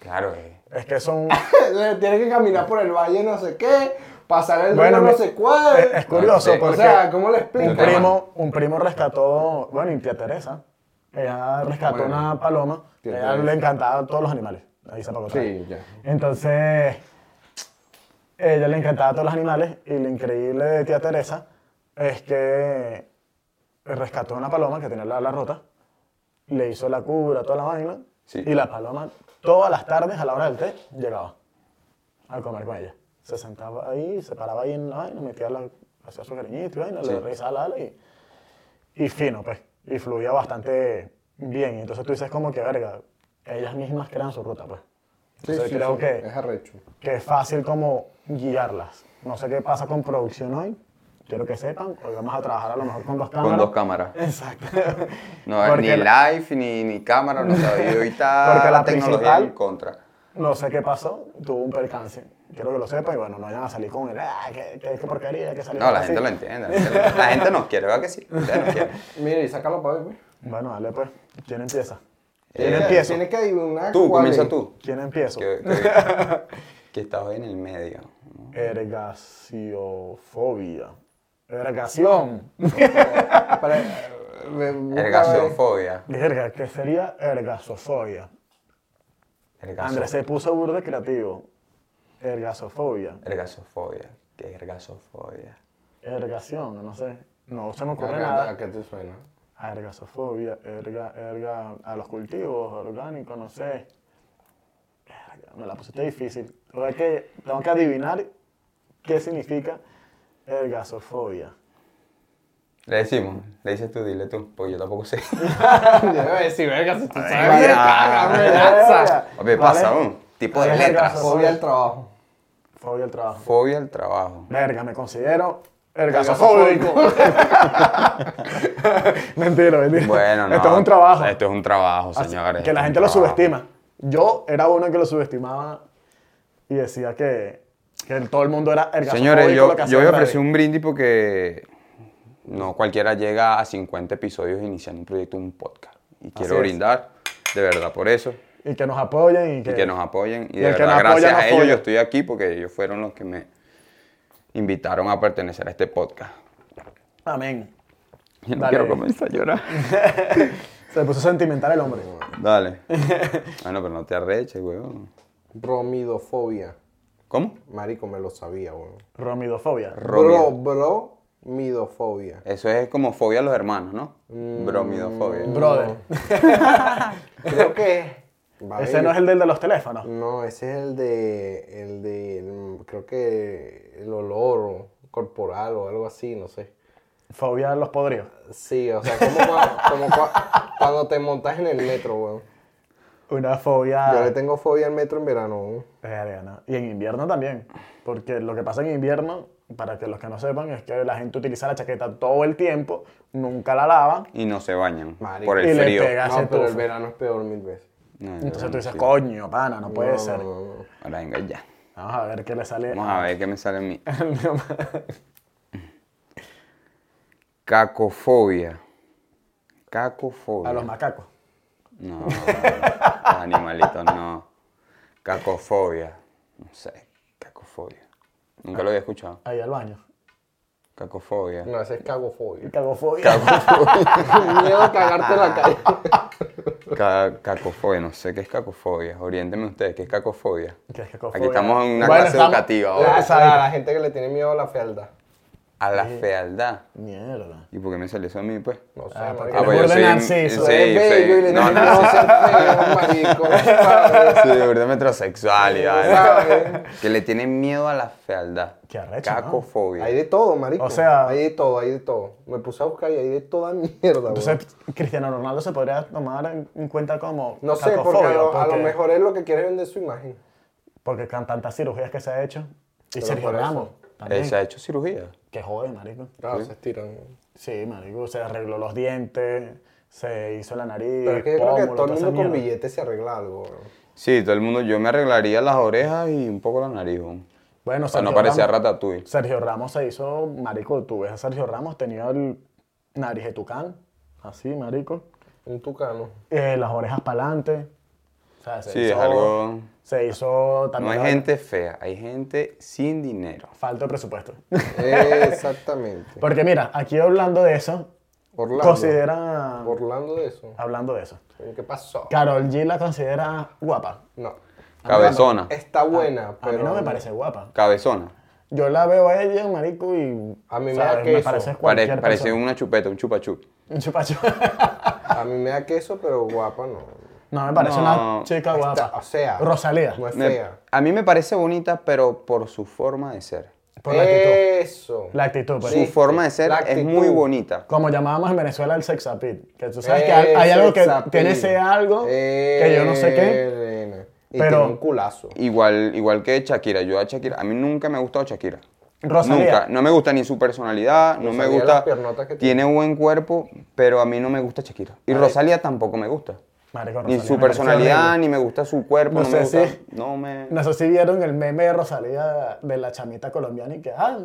[SPEAKER 1] Claro, eh.
[SPEAKER 3] Es
[SPEAKER 2] <laughs>
[SPEAKER 3] que son...
[SPEAKER 2] le tiene que caminar por el valle no sé qué, pasar el
[SPEAKER 3] Bueno,
[SPEAKER 2] río no
[SPEAKER 3] mi-
[SPEAKER 2] sé cuál.
[SPEAKER 3] es, es curioso
[SPEAKER 1] Sí.
[SPEAKER 2] este, o
[SPEAKER 3] porque
[SPEAKER 2] sea, ¿cómo le
[SPEAKER 3] un
[SPEAKER 2] explico?
[SPEAKER 1] Tema.
[SPEAKER 3] primo, un primo rescató, bueno, y tía Teresa, ella rescató
[SPEAKER 2] Bueno.
[SPEAKER 3] una paloma,
[SPEAKER 2] Tía
[SPEAKER 3] ella
[SPEAKER 2] Teresa.
[SPEAKER 3] le encantaban todos los animales. Ahí se apagó otra
[SPEAKER 2] Sí,
[SPEAKER 3] vez.
[SPEAKER 2] ya.
[SPEAKER 3] Entonces, ella le encantaba todos los animales y lo increíble de tía Teresa es que rescató una paloma que tenía la ala rota, le hizo la cura, toda la vaina,
[SPEAKER 1] Sí.
[SPEAKER 3] y la paloma todas las tardes a la hora del té llegaba a comer con ella. Se sentaba ahí, se paraba ahí en la vaina, metía la, hacía su cariñito y vaina,
[SPEAKER 1] Sí.
[SPEAKER 3] le revisaba la ala y, y fino, pues. Y fluía bastante bien. Entonces tú dices como que, verga, ellas mismas crean su ruta, pues.
[SPEAKER 2] Sí,
[SPEAKER 3] Entonces
[SPEAKER 2] sí,
[SPEAKER 3] creo
[SPEAKER 2] sí,
[SPEAKER 3] que
[SPEAKER 2] es arrecho.
[SPEAKER 3] que es fácil como guiarlas. No sé qué pasa con producción hoy. Quiero que sepan, hoy vamos a trabajar a lo mejor con dos cámaras.
[SPEAKER 1] Con dos cámaras.
[SPEAKER 3] Exacto.
[SPEAKER 1] No,
[SPEAKER 3] Porque
[SPEAKER 1] ni live, ni, ni cámara, no sabía. Y ahorita
[SPEAKER 3] <laughs> Porque la
[SPEAKER 1] tecnología
[SPEAKER 3] principal-
[SPEAKER 1] en contra.
[SPEAKER 3] No sé qué pasó, tuvo un percance. Quiero que lo sepan y bueno, no vayan a salir con el, ah, qué, qué- qué porquería, que salió
[SPEAKER 1] No, la
[SPEAKER 3] así".
[SPEAKER 1] gente lo entiende. La gente, lo- la gente nos quiere, ¿verdad que sí? Ustedes nos quieren.
[SPEAKER 2] Mira, y sácalo para ver, güey.
[SPEAKER 1] Eh,
[SPEAKER 3] Bueno, dale pues, ¿quién empieza? ¿Quién
[SPEAKER 2] Tiene que-
[SPEAKER 3] empieza?
[SPEAKER 2] Tiene que haber una
[SPEAKER 1] Tú,
[SPEAKER 2] cual-
[SPEAKER 1] comienza tú.
[SPEAKER 3] ¿Quién empieza?
[SPEAKER 1] Que, que, que estás en el medio. ¿no?
[SPEAKER 3] Ergaciofobia. Ergación.
[SPEAKER 2] <laughs>
[SPEAKER 3] <laughs>
[SPEAKER 2] Para, eh, busca
[SPEAKER 1] Ergacionfobia.
[SPEAKER 3] Verga, ¿qué sería ergasofobia?
[SPEAKER 1] Ergazo-
[SPEAKER 3] Andrés se puso burde creativo. Ergasofobia.
[SPEAKER 1] Ergasofobia. ¿Qué es ergasofobia?
[SPEAKER 3] Ergación, no sé. No se me
[SPEAKER 2] a ver,
[SPEAKER 3] ocurre
[SPEAKER 2] ¿A, a
[SPEAKER 3] nada.
[SPEAKER 2] qué te suena?
[SPEAKER 3] <laughs>
[SPEAKER 2] <laughs>
[SPEAKER 3] A ergasofobia, erga, erga, a los cultivos orgánicos, no sé. Verga, Me la pusiste difícil. O sea que tengo que adivinar qué significa ergasofobia.
[SPEAKER 1] Le decimos, le dices tú, dile tú, porque yo tampoco
[SPEAKER 3] <laughs>
[SPEAKER 1] sé.
[SPEAKER 2] Yo iba a decir, verga, si tú sabes.
[SPEAKER 1] verga.
[SPEAKER 2] cágame, lanza.
[SPEAKER 3] Verga.
[SPEAKER 1] Oye, pasa
[SPEAKER 3] Vale.
[SPEAKER 1] un tipo de
[SPEAKER 3] Vale,
[SPEAKER 1] letras.
[SPEAKER 3] ergazo-
[SPEAKER 2] Fobia al trabajo.
[SPEAKER 3] Fobia al trabajo.
[SPEAKER 1] Fobia al trabajo.
[SPEAKER 3] Verga, me considero ergasofóbico. <laughs> mentira, mentira.
[SPEAKER 1] Bueno, no.
[SPEAKER 3] <laughs> Esto es un trabajo.
[SPEAKER 1] Esto es un trabajo,
[SPEAKER 3] Así
[SPEAKER 1] señores.
[SPEAKER 3] que la gente lo subestima. Yo era uno que lo subestimaba y decía que, que todo el mundo era ergasofóbico.
[SPEAKER 1] Señores, yo,
[SPEAKER 3] lo que
[SPEAKER 1] yo
[SPEAKER 3] hacía
[SPEAKER 1] voy a
[SPEAKER 3] en la
[SPEAKER 1] ofrecer
[SPEAKER 3] vida.
[SPEAKER 1] un brindis porque no cualquiera llega a 50 episodios iniciando un proyecto, un podcast. Y quiero
[SPEAKER 3] es.
[SPEAKER 1] brindar, de verdad, por eso.
[SPEAKER 3] Y que nos apoyen y que...
[SPEAKER 1] Y que nos apoyen. Y
[SPEAKER 3] Y
[SPEAKER 1] de
[SPEAKER 3] el que
[SPEAKER 1] verdad,
[SPEAKER 3] nos apoya,
[SPEAKER 1] gracias
[SPEAKER 3] nos
[SPEAKER 1] a ellos
[SPEAKER 3] apoya.
[SPEAKER 1] yo estoy aquí porque ellos fueron los que me invitaron a pertenecer a este podcast. <laughs>
[SPEAKER 3] Amén.
[SPEAKER 1] Yo no
[SPEAKER 3] Dale.
[SPEAKER 1] quiero comenzar a
[SPEAKER 3] <laughs>
[SPEAKER 1] llorar.
[SPEAKER 3] Se puso sentimental el hombre.
[SPEAKER 1] Dale. Bueno, pero no te arreches, weón.
[SPEAKER 2] Bromidofobia.
[SPEAKER 1] ¿Cómo?
[SPEAKER 2] Marico, me lo sabía, weón.
[SPEAKER 3] Romidofobia.
[SPEAKER 1] Bromida.
[SPEAKER 2] Bro, bromidofobia.
[SPEAKER 1] Eso es como fobia a los hermanos, ¿no?
[SPEAKER 3] Mm.
[SPEAKER 1] Bromidofobia.
[SPEAKER 3] Brother.
[SPEAKER 2] <laughs> Creo que. va a
[SPEAKER 3] Ese no es el del de los teléfonos.
[SPEAKER 2] No, ese es el de, el de, el- creo que el olor o corporal o algo así, no sé.
[SPEAKER 3] Fobia a los podridos.
[SPEAKER 2] Sí, o sea, como,
[SPEAKER 3] <laughs>
[SPEAKER 2] cua- como cua- cuando te montas en el metro, weón.
[SPEAKER 3] Una fobia...
[SPEAKER 2] Yo le tengo fobia al metro en verano, weón.
[SPEAKER 3] Verga, ¿no? Y en invierno también. Porque lo que pasa en invierno, para que los que no sepan, es que la gente utiliza la chaqueta todo el tiempo, nunca la lava.
[SPEAKER 1] Y no se bañan
[SPEAKER 2] Marico.
[SPEAKER 1] por
[SPEAKER 3] Y
[SPEAKER 1] el
[SPEAKER 3] le
[SPEAKER 1] frío.
[SPEAKER 3] pega. Hace
[SPEAKER 2] No, pero el
[SPEAKER 3] tufa.
[SPEAKER 2] verano es peor mil veces.
[SPEAKER 1] No, yo
[SPEAKER 3] Entonces
[SPEAKER 1] no
[SPEAKER 3] tú dices,
[SPEAKER 1] quiero.
[SPEAKER 3] coño, pana, no puede
[SPEAKER 2] No,
[SPEAKER 3] ser.
[SPEAKER 2] no, no, no.
[SPEAKER 1] Ahora venga ya.
[SPEAKER 3] Vamos a ver qué le sale.
[SPEAKER 1] Vamos a ver qué me sale a
[SPEAKER 2] <laughs>
[SPEAKER 1] mí.
[SPEAKER 3] al idioma.
[SPEAKER 1] Cacofobia.
[SPEAKER 3] a los
[SPEAKER 1] Cacofobia.
[SPEAKER 3] macacos.
[SPEAKER 1] No, los animalitos no. Cacofobia. No sé, cacofobia. Nunca lo había escuchado.
[SPEAKER 3] Ahí al baño.
[SPEAKER 1] Cacofobia.
[SPEAKER 2] No, ese es
[SPEAKER 3] <laughs>
[SPEAKER 2] cagofobia.
[SPEAKER 3] Cagofobia.
[SPEAKER 2] Miedo a cagarte
[SPEAKER 3] Ah.
[SPEAKER 2] en la calle.
[SPEAKER 1] Ca- cacofobia, no sé qué es cacofobia. Oriénteme ustedes, ¿qué es cacofobia?
[SPEAKER 3] ¿Qué es cacofobia?
[SPEAKER 1] Aquí estamos en una
[SPEAKER 3] Bueno,
[SPEAKER 1] clase
[SPEAKER 3] estamos- Ah,
[SPEAKER 1] educativa ahora.
[SPEAKER 2] La, la- la gente que le tiene miedo a la fealdad.
[SPEAKER 1] A la
[SPEAKER 2] Eh.
[SPEAKER 1] fealdad.
[SPEAKER 3] Mierda.
[SPEAKER 1] ¿Y por qué me salió eso a mí, pues?
[SPEAKER 2] No sé,
[SPEAKER 3] Ah, porque
[SPEAKER 2] marico.
[SPEAKER 3] le
[SPEAKER 1] yo
[SPEAKER 3] muerde
[SPEAKER 1] soy-
[SPEAKER 3] narciso.
[SPEAKER 1] sí,
[SPEAKER 2] Eres bello y
[SPEAKER 1] sí.
[SPEAKER 2] le
[SPEAKER 1] No,
[SPEAKER 2] tienes
[SPEAKER 1] no,
[SPEAKER 2] miedo a ser feo,
[SPEAKER 1] <laughs>
[SPEAKER 2] marico.
[SPEAKER 1] Sí, de verdad metrosexual y vaina. Que le tienen miedo a la fealdad.
[SPEAKER 3] Qué arrecho, ¿no?
[SPEAKER 1] Cacofobia.
[SPEAKER 2] Hay de todo, marico.
[SPEAKER 3] O sea-
[SPEAKER 2] hay de todo, hay de todo. Me puse a buscar y hay de toda mierda, weón.
[SPEAKER 3] Entonces, Cristiano Ronaldo se podría tomar en en cuenta como.
[SPEAKER 2] No sé, porque a
[SPEAKER 3] cacofobia,
[SPEAKER 2] lo, a lo
[SPEAKER 3] porque-
[SPEAKER 2] mejor es lo que quiere vender su imagen.
[SPEAKER 3] Porque con tantas cirugías que se ha hecho. Y
[SPEAKER 2] Pero
[SPEAKER 3] Sergio
[SPEAKER 2] por eso.
[SPEAKER 3] Ramos.
[SPEAKER 1] Eh,
[SPEAKER 3] También.
[SPEAKER 1] ¿Se ha hecho cirugía?
[SPEAKER 3] Que joven, marico.
[SPEAKER 2] Claro, se estiran.
[SPEAKER 3] Sí, marico, se arregló los dientes, se hizo la nariz.
[SPEAKER 2] Pero es que yo creo que
[SPEAKER 3] pómulo,
[SPEAKER 2] todo el
[SPEAKER 3] toda esa
[SPEAKER 2] mundo con
[SPEAKER 3] mierda.
[SPEAKER 2] billetes se arregla algo, weón.
[SPEAKER 1] Sí, todo el mundo. Yo me arreglaría las orejas y un poco la nariz. weón.
[SPEAKER 3] Bueno,
[SPEAKER 1] O sea, no
[SPEAKER 3] Sergio
[SPEAKER 1] parecía
[SPEAKER 3] Ramos-
[SPEAKER 1] ratatouille.
[SPEAKER 3] Sergio Ramos se hizo, marico, tú ves a Sergio Ramos, tenía el nariz de tucán, así, marico,
[SPEAKER 1] <laughs>
[SPEAKER 2] Un tucano.
[SPEAKER 3] eh, las orejas para adelante. O sea, se
[SPEAKER 1] Sí,
[SPEAKER 3] hizo,
[SPEAKER 1] es algo.
[SPEAKER 3] Se hizo
[SPEAKER 1] No
[SPEAKER 3] también.
[SPEAKER 1] hay
[SPEAKER 3] la-
[SPEAKER 1] gente fea, hay gente sin dinero.
[SPEAKER 3] Falta de presupuesto. <laughs>
[SPEAKER 2] Exactamente.
[SPEAKER 3] Porque mira, aquí hablando de eso,
[SPEAKER 2] Orlando.
[SPEAKER 3] considera.
[SPEAKER 2] Orlando de eso.
[SPEAKER 3] Hablando de eso,
[SPEAKER 2] ¿Qué pasó?
[SPEAKER 3] Carol G la considera guapa.
[SPEAKER 2] No.
[SPEAKER 1] Cabezona.
[SPEAKER 2] Está buena,
[SPEAKER 3] Ah, A mí
[SPEAKER 2] pero.
[SPEAKER 3] no me parece guapa.
[SPEAKER 1] Cabezona.
[SPEAKER 3] Yo la veo a ella, marico, y.
[SPEAKER 2] A mí me
[SPEAKER 3] o sea,
[SPEAKER 2] da queso.
[SPEAKER 3] parece
[SPEAKER 1] Pare-
[SPEAKER 3] cualquier
[SPEAKER 1] parece
[SPEAKER 3] persona.
[SPEAKER 1] una chupeta, un chupachup.
[SPEAKER 3] Un <laughs> chupacho.
[SPEAKER 2] A mí me da queso, pero guapa no.
[SPEAKER 3] No me parece
[SPEAKER 1] No,
[SPEAKER 3] una chica guapa.
[SPEAKER 2] Está- o sea.
[SPEAKER 3] Rosalía.
[SPEAKER 2] No es
[SPEAKER 1] Me-
[SPEAKER 2] fea.
[SPEAKER 1] a mí me parece bonita, pero por su forma de ser.
[SPEAKER 3] Por
[SPEAKER 2] Eh,
[SPEAKER 3] la actitud.
[SPEAKER 2] Eso.
[SPEAKER 3] La actitud, pues.
[SPEAKER 1] Su forma de ser
[SPEAKER 2] La
[SPEAKER 1] es
[SPEAKER 2] actitud.
[SPEAKER 1] muy bonita.
[SPEAKER 3] Como llamábamos en Venezuela el sex appeal. Que tú sabes que
[SPEAKER 2] Eh,
[SPEAKER 3] hay, hay algo que
[SPEAKER 2] sex appeal.
[SPEAKER 3] tiene ese algo que yo no sé qué.
[SPEAKER 2] Eh, nena. Y
[SPEAKER 3] pero-
[SPEAKER 2] tiene un culazo.
[SPEAKER 1] Igual, igual que Shakira, yo a Shakira, a mí nunca me ha gustado Shakira.
[SPEAKER 3] Rosalía.
[SPEAKER 1] Nunca, no me gusta ni su personalidad, no me
[SPEAKER 2] Rosalía,
[SPEAKER 1] gusta.
[SPEAKER 2] las piernotas que
[SPEAKER 1] Tiene buen cuerpo, pero a mí no me gusta Shakira. Y Rosalía tampoco me gusta.
[SPEAKER 3] Marico,
[SPEAKER 1] Ni
[SPEAKER 3] Rosalía
[SPEAKER 1] su
[SPEAKER 3] me parece
[SPEAKER 1] personalidad,
[SPEAKER 3] horrible.
[SPEAKER 1] ni me gusta su cuerpo,
[SPEAKER 3] No
[SPEAKER 1] no me
[SPEAKER 3] sé
[SPEAKER 1] gusta.
[SPEAKER 3] si-
[SPEAKER 1] No me.
[SPEAKER 3] No sé si vieron el meme de Rosalía de la chamita colombiana y que, ah,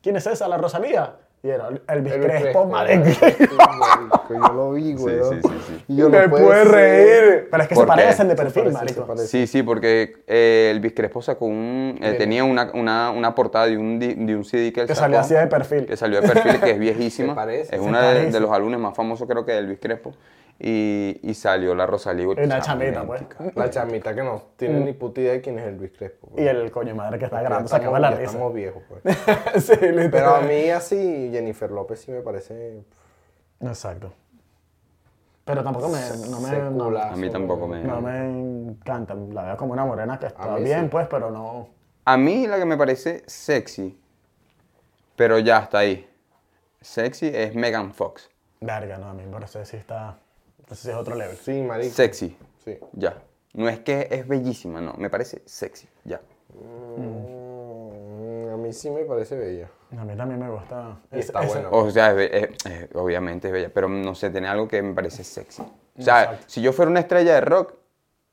[SPEAKER 3] ¿quién es esa? La Rosalía. Y era Elvis,
[SPEAKER 2] Elvis
[SPEAKER 3] Crespo,
[SPEAKER 2] Crespo,
[SPEAKER 3] <laughs> marico.
[SPEAKER 2] Marico, Yo lo vi, güey.
[SPEAKER 1] sí, sí, sí.
[SPEAKER 2] Y <laughs>
[SPEAKER 3] <laughs>
[SPEAKER 2] yo
[SPEAKER 3] me
[SPEAKER 2] no
[SPEAKER 3] puede
[SPEAKER 2] puede ser.
[SPEAKER 3] reír. Pero es que se
[SPEAKER 1] ¿Por qué?
[SPEAKER 3] parecen de
[SPEAKER 2] Se
[SPEAKER 3] perfil,
[SPEAKER 2] parece, se
[SPEAKER 3] marico.
[SPEAKER 2] parece.
[SPEAKER 1] Sí, sí, porque eh, Elvis Crespo sacó un, eh, tenía una, una, una portada de un, di- de un CD que él
[SPEAKER 3] Que
[SPEAKER 1] sacó,
[SPEAKER 3] salió así de perfil.
[SPEAKER 1] que salió de perfil,
[SPEAKER 3] <laughs>
[SPEAKER 1] que es viejísima.
[SPEAKER 2] Se parece,
[SPEAKER 1] es
[SPEAKER 2] se
[SPEAKER 1] uno de,
[SPEAKER 3] parece.
[SPEAKER 1] de los álbumes más famosos, creo que de Elvis Crespo. Y, y salió la Rosalía.
[SPEAKER 3] Y una chamita, pues.
[SPEAKER 2] La chamita que no tiene ni puta idea de quién es Elvis Crespo.
[SPEAKER 3] Mm. Y el coño madre que está
[SPEAKER 2] Ya
[SPEAKER 3] grabando se acaba
[SPEAKER 2] estamos-
[SPEAKER 3] la
[SPEAKER 2] ya
[SPEAKER 3] risa.
[SPEAKER 2] Estamos viejos, pues.
[SPEAKER 3] <laughs> sí, literal.
[SPEAKER 2] Pero a mí así, Jennifer López sí me parece
[SPEAKER 3] Exacto. Pero tampoco me, no, me, no,
[SPEAKER 2] secular.
[SPEAKER 1] A mí tampoco me...
[SPEAKER 3] no me encanta. La veo como una morena que está
[SPEAKER 2] mí
[SPEAKER 3] bien,
[SPEAKER 2] sí.
[SPEAKER 3] pues, pero no.
[SPEAKER 1] A mí la que me parece sexy, pero ya está ahí. Sexy es Megan Fox.
[SPEAKER 3] Verga, no, a mí me parece si está. No sé si es otro level.
[SPEAKER 2] Sí, marico.
[SPEAKER 1] Sexy.
[SPEAKER 2] Sí.
[SPEAKER 1] Ya. No es que es bellísima, no. Me parece sexy. Ya.
[SPEAKER 2] Mm, a mí sí me parece bella.
[SPEAKER 3] A mí también me gusta.
[SPEAKER 2] Y está pues. buena.
[SPEAKER 1] O sea, es be- es- es- obviamente es bella, pero no sé, tiene algo que me parece sexy. O sea,
[SPEAKER 3] Exacto.
[SPEAKER 1] si yo fuera una estrella de rock,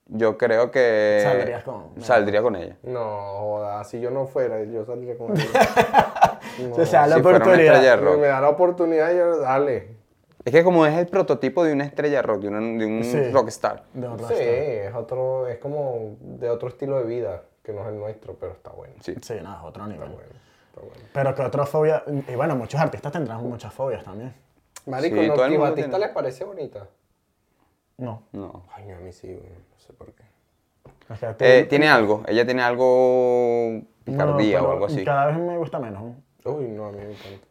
[SPEAKER 1] yo creo que...
[SPEAKER 3] Saldrías con-
[SPEAKER 1] Saldría con ella.
[SPEAKER 2] No, joda, si yo no fuera, yo saldría <laughs> con él.
[SPEAKER 3] O sea, la
[SPEAKER 1] Si fuera una
[SPEAKER 3] oportunidad.
[SPEAKER 1] estrella de
[SPEAKER 2] me,
[SPEAKER 1] rock.
[SPEAKER 2] me da la oportunidad y yo, dale.
[SPEAKER 1] Es que como es el prototipo de una estrella de rock, de, una- de un
[SPEAKER 3] Sí.
[SPEAKER 1] rockstar.
[SPEAKER 3] De otra
[SPEAKER 2] Sí,
[SPEAKER 3] está.
[SPEAKER 2] es otro, es como de otro estilo de vida, que no es el nuestro, pero está bueno.
[SPEAKER 1] Sí.
[SPEAKER 3] Sí, nada, es otro nivel.
[SPEAKER 2] Bueno, está bueno.
[SPEAKER 3] Pero que otra fobia. Y bueno, muchos artistas tendrán muchas fobias también.
[SPEAKER 2] Marico,
[SPEAKER 1] Sí,
[SPEAKER 2] ¿no?
[SPEAKER 1] todo el
[SPEAKER 2] ¿Ki
[SPEAKER 1] mundo
[SPEAKER 2] Batista
[SPEAKER 1] tiene.
[SPEAKER 2] les parece bonita?
[SPEAKER 3] No.
[SPEAKER 1] No.
[SPEAKER 2] Ay, no, a mí sí, güey, no sé por qué.
[SPEAKER 3] Es que tú-
[SPEAKER 1] Eh, tiene algo. Ella tiene algo...
[SPEAKER 3] no,
[SPEAKER 1] Picardía
[SPEAKER 3] pero
[SPEAKER 1] o algo así.
[SPEAKER 3] Cada vez me gusta menos.
[SPEAKER 2] Uy, no, a mí me encanta.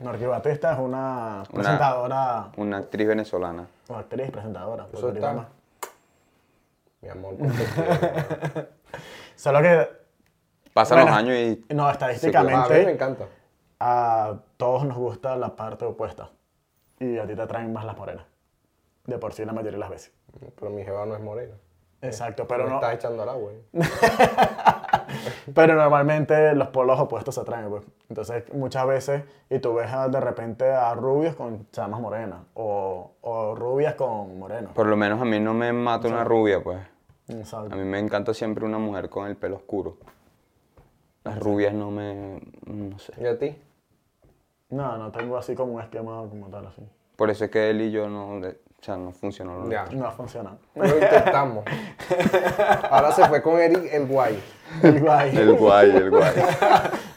[SPEAKER 3] Norquí Batista es una presentadora,
[SPEAKER 1] Una actriz venezolana.
[SPEAKER 3] o actriz presentadora.
[SPEAKER 2] Eso
[SPEAKER 3] porque
[SPEAKER 2] está.
[SPEAKER 3] ahorita-
[SPEAKER 2] Mi amor, ¿cómo te <laughs> quiero?
[SPEAKER 3] Solo que,
[SPEAKER 1] Pasan los
[SPEAKER 3] Bueno,
[SPEAKER 1] años y
[SPEAKER 3] no,
[SPEAKER 2] Ah,
[SPEAKER 1] pues,
[SPEAKER 2] a mí me
[SPEAKER 3] estadísticamente,
[SPEAKER 2] encanta.
[SPEAKER 1] ah,
[SPEAKER 3] a todos nos gusta la parte opuesta. Y a ti te atraen más las morenas. De por sí, la mayoría de las veces.
[SPEAKER 2] Pero mi jeva no es morena.
[SPEAKER 3] Exacto,
[SPEAKER 2] me
[SPEAKER 3] pero no.
[SPEAKER 2] estás echando al agua, eh. <laughs> güey.
[SPEAKER 3] Pero normalmente los polos opuestos se atraen, pues. Entonces, muchas veces, y tú ves a- de repente a rubios con chamas morenas. O, o rubias con morenos.
[SPEAKER 1] por lo menos a mí no me mata una rubia, pues. A
[SPEAKER 3] Exacto.
[SPEAKER 1] mí me encanta siempre una mujer con el pelo oscuro. Las rubias no me... no sé.
[SPEAKER 2] ¿Y a ti?
[SPEAKER 3] No, no tengo así como un esquema como tal, así.
[SPEAKER 1] Por eso es que él y yo no... O sea, no funcionó lo nuestro.
[SPEAKER 2] Ya.
[SPEAKER 3] No
[SPEAKER 1] <laughs>
[SPEAKER 3] ha funcionado.
[SPEAKER 2] Lo <laughs> intentamos. Ahora se fue con Eric el guay.
[SPEAKER 3] El guay.
[SPEAKER 1] El guay, el guay.
[SPEAKER 3] <laughs>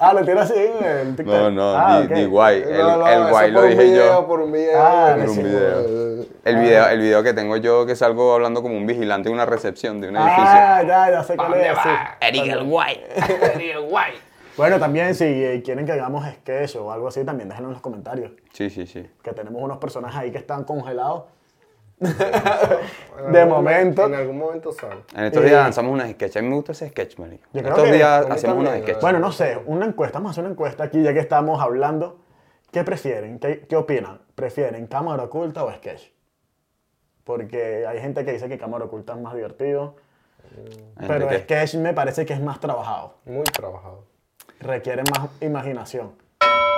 [SPEAKER 3] Ah, lo tira así en el TikTok.
[SPEAKER 1] No,
[SPEAKER 3] <laughs>
[SPEAKER 1] no,
[SPEAKER 3] ah,
[SPEAKER 1] di,
[SPEAKER 3] ok.
[SPEAKER 1] di guay. Eh, El,
[SPEAKER 2] No, no,
[SPEAKER 1] el
[SPEAKER 2] eso
[SPEAKER 1] guay lo
[SPEAKER 2] por un
[SPEAKER 1] dije
[SPEAKER 2] video, pues.
[SPEAKER 1] yo.
[SPEAKER 2] Por un video.
[SPEAKER 3] Ah,
[SPEAKER 1] Por un
[SPEAKER 3] sí.
[SPEAKER 1] video. El video, el video que tengo yo que salgo hablando como un vigilante en una recepción de un edificio.
[SPEAKER 3] Ah, ya, ya sé cuál es. sí.
[SPEAKER 1] Eric el guay.
[SPEAKER 3] Bueno, también si eh, quieren que hagamos sketch o algo así, también déjenlo en los comentarios.
[SPEAKER 1] Sí, sí, sí.
[SPEAKER 3] Que tenemos unos personajes ahí que
[SPEAKER 1] <laughs>
[SPEAKER 3] están congelados.
[SPEAKER 2] En
[SPEAKER 3] de
[SPEAKER 2] algún-
[SPEAKER 3] momento.
[SPEAKER 2] En algún momento sale.
[SPEAKER 1] En estos días lanzamos unas sketches. A mí me gusta ese sketch, marico.
[SPEAKER 3] Eh, Yo creo
[SPEAKER 1] Estos
[SPEAKER 3] que-
[SPEAKER 1] días
[SPEAKER 2] a mí
[SPEAKER 1] hacemos unos
[SPEAKER 2] también,
[SPEAKER 1] sketches.
[SPEAKER 3] Bueno, no sé, una encuesta, vamos a hacer una encuesta aquí ya que estamos hablando. ¿Qué prefieren? ¿Qué, qué opinan? ¿Prefieren cámara oculta o sketch? Porque hay gente que dice que cámara oculta es más divertido,
[SPEAKER 1] Hay gente
[SPEAKER 3] pero
[SPEAKER 1] que-
[SPEAKER 3] sketch me parece que es más trabajado,
[SPEAKER 2] Muy trabajado.
[SPEAKER 3] requiere más imaginación.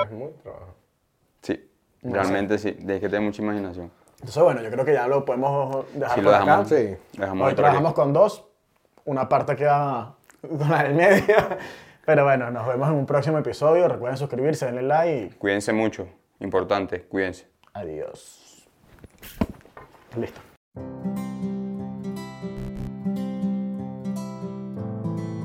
[SPEAKER 2] Es muy trabajado.
[SPEAKER 1] Sí, realmente sí. Tienes que tener mucha imaginación.
[SPEAKER 3] Entonces, bueno, yo creo que ya lo podemos dejar
[SPEAKER 1] Si lo
[SPEAKER 3] Ah, por acá.
[SPEAKER 1] dejamos,
[SPEAKER 2] sí.
[SPEAKER 1] lo dejamos
[SPEAKER 3] Hoy
[SPEAKER 1] otro día.
[SPEAKER 3] trabajamos con dos, una parte queda <laughs> con la del medio. Pero bueno, nos vemos en un próximo episodio. Recuerden suscribirse, denle like y
[SPEAKER 1] Cuídense mucho. Importante, cuídense.
[SPEAKER 3] adiós. Listo.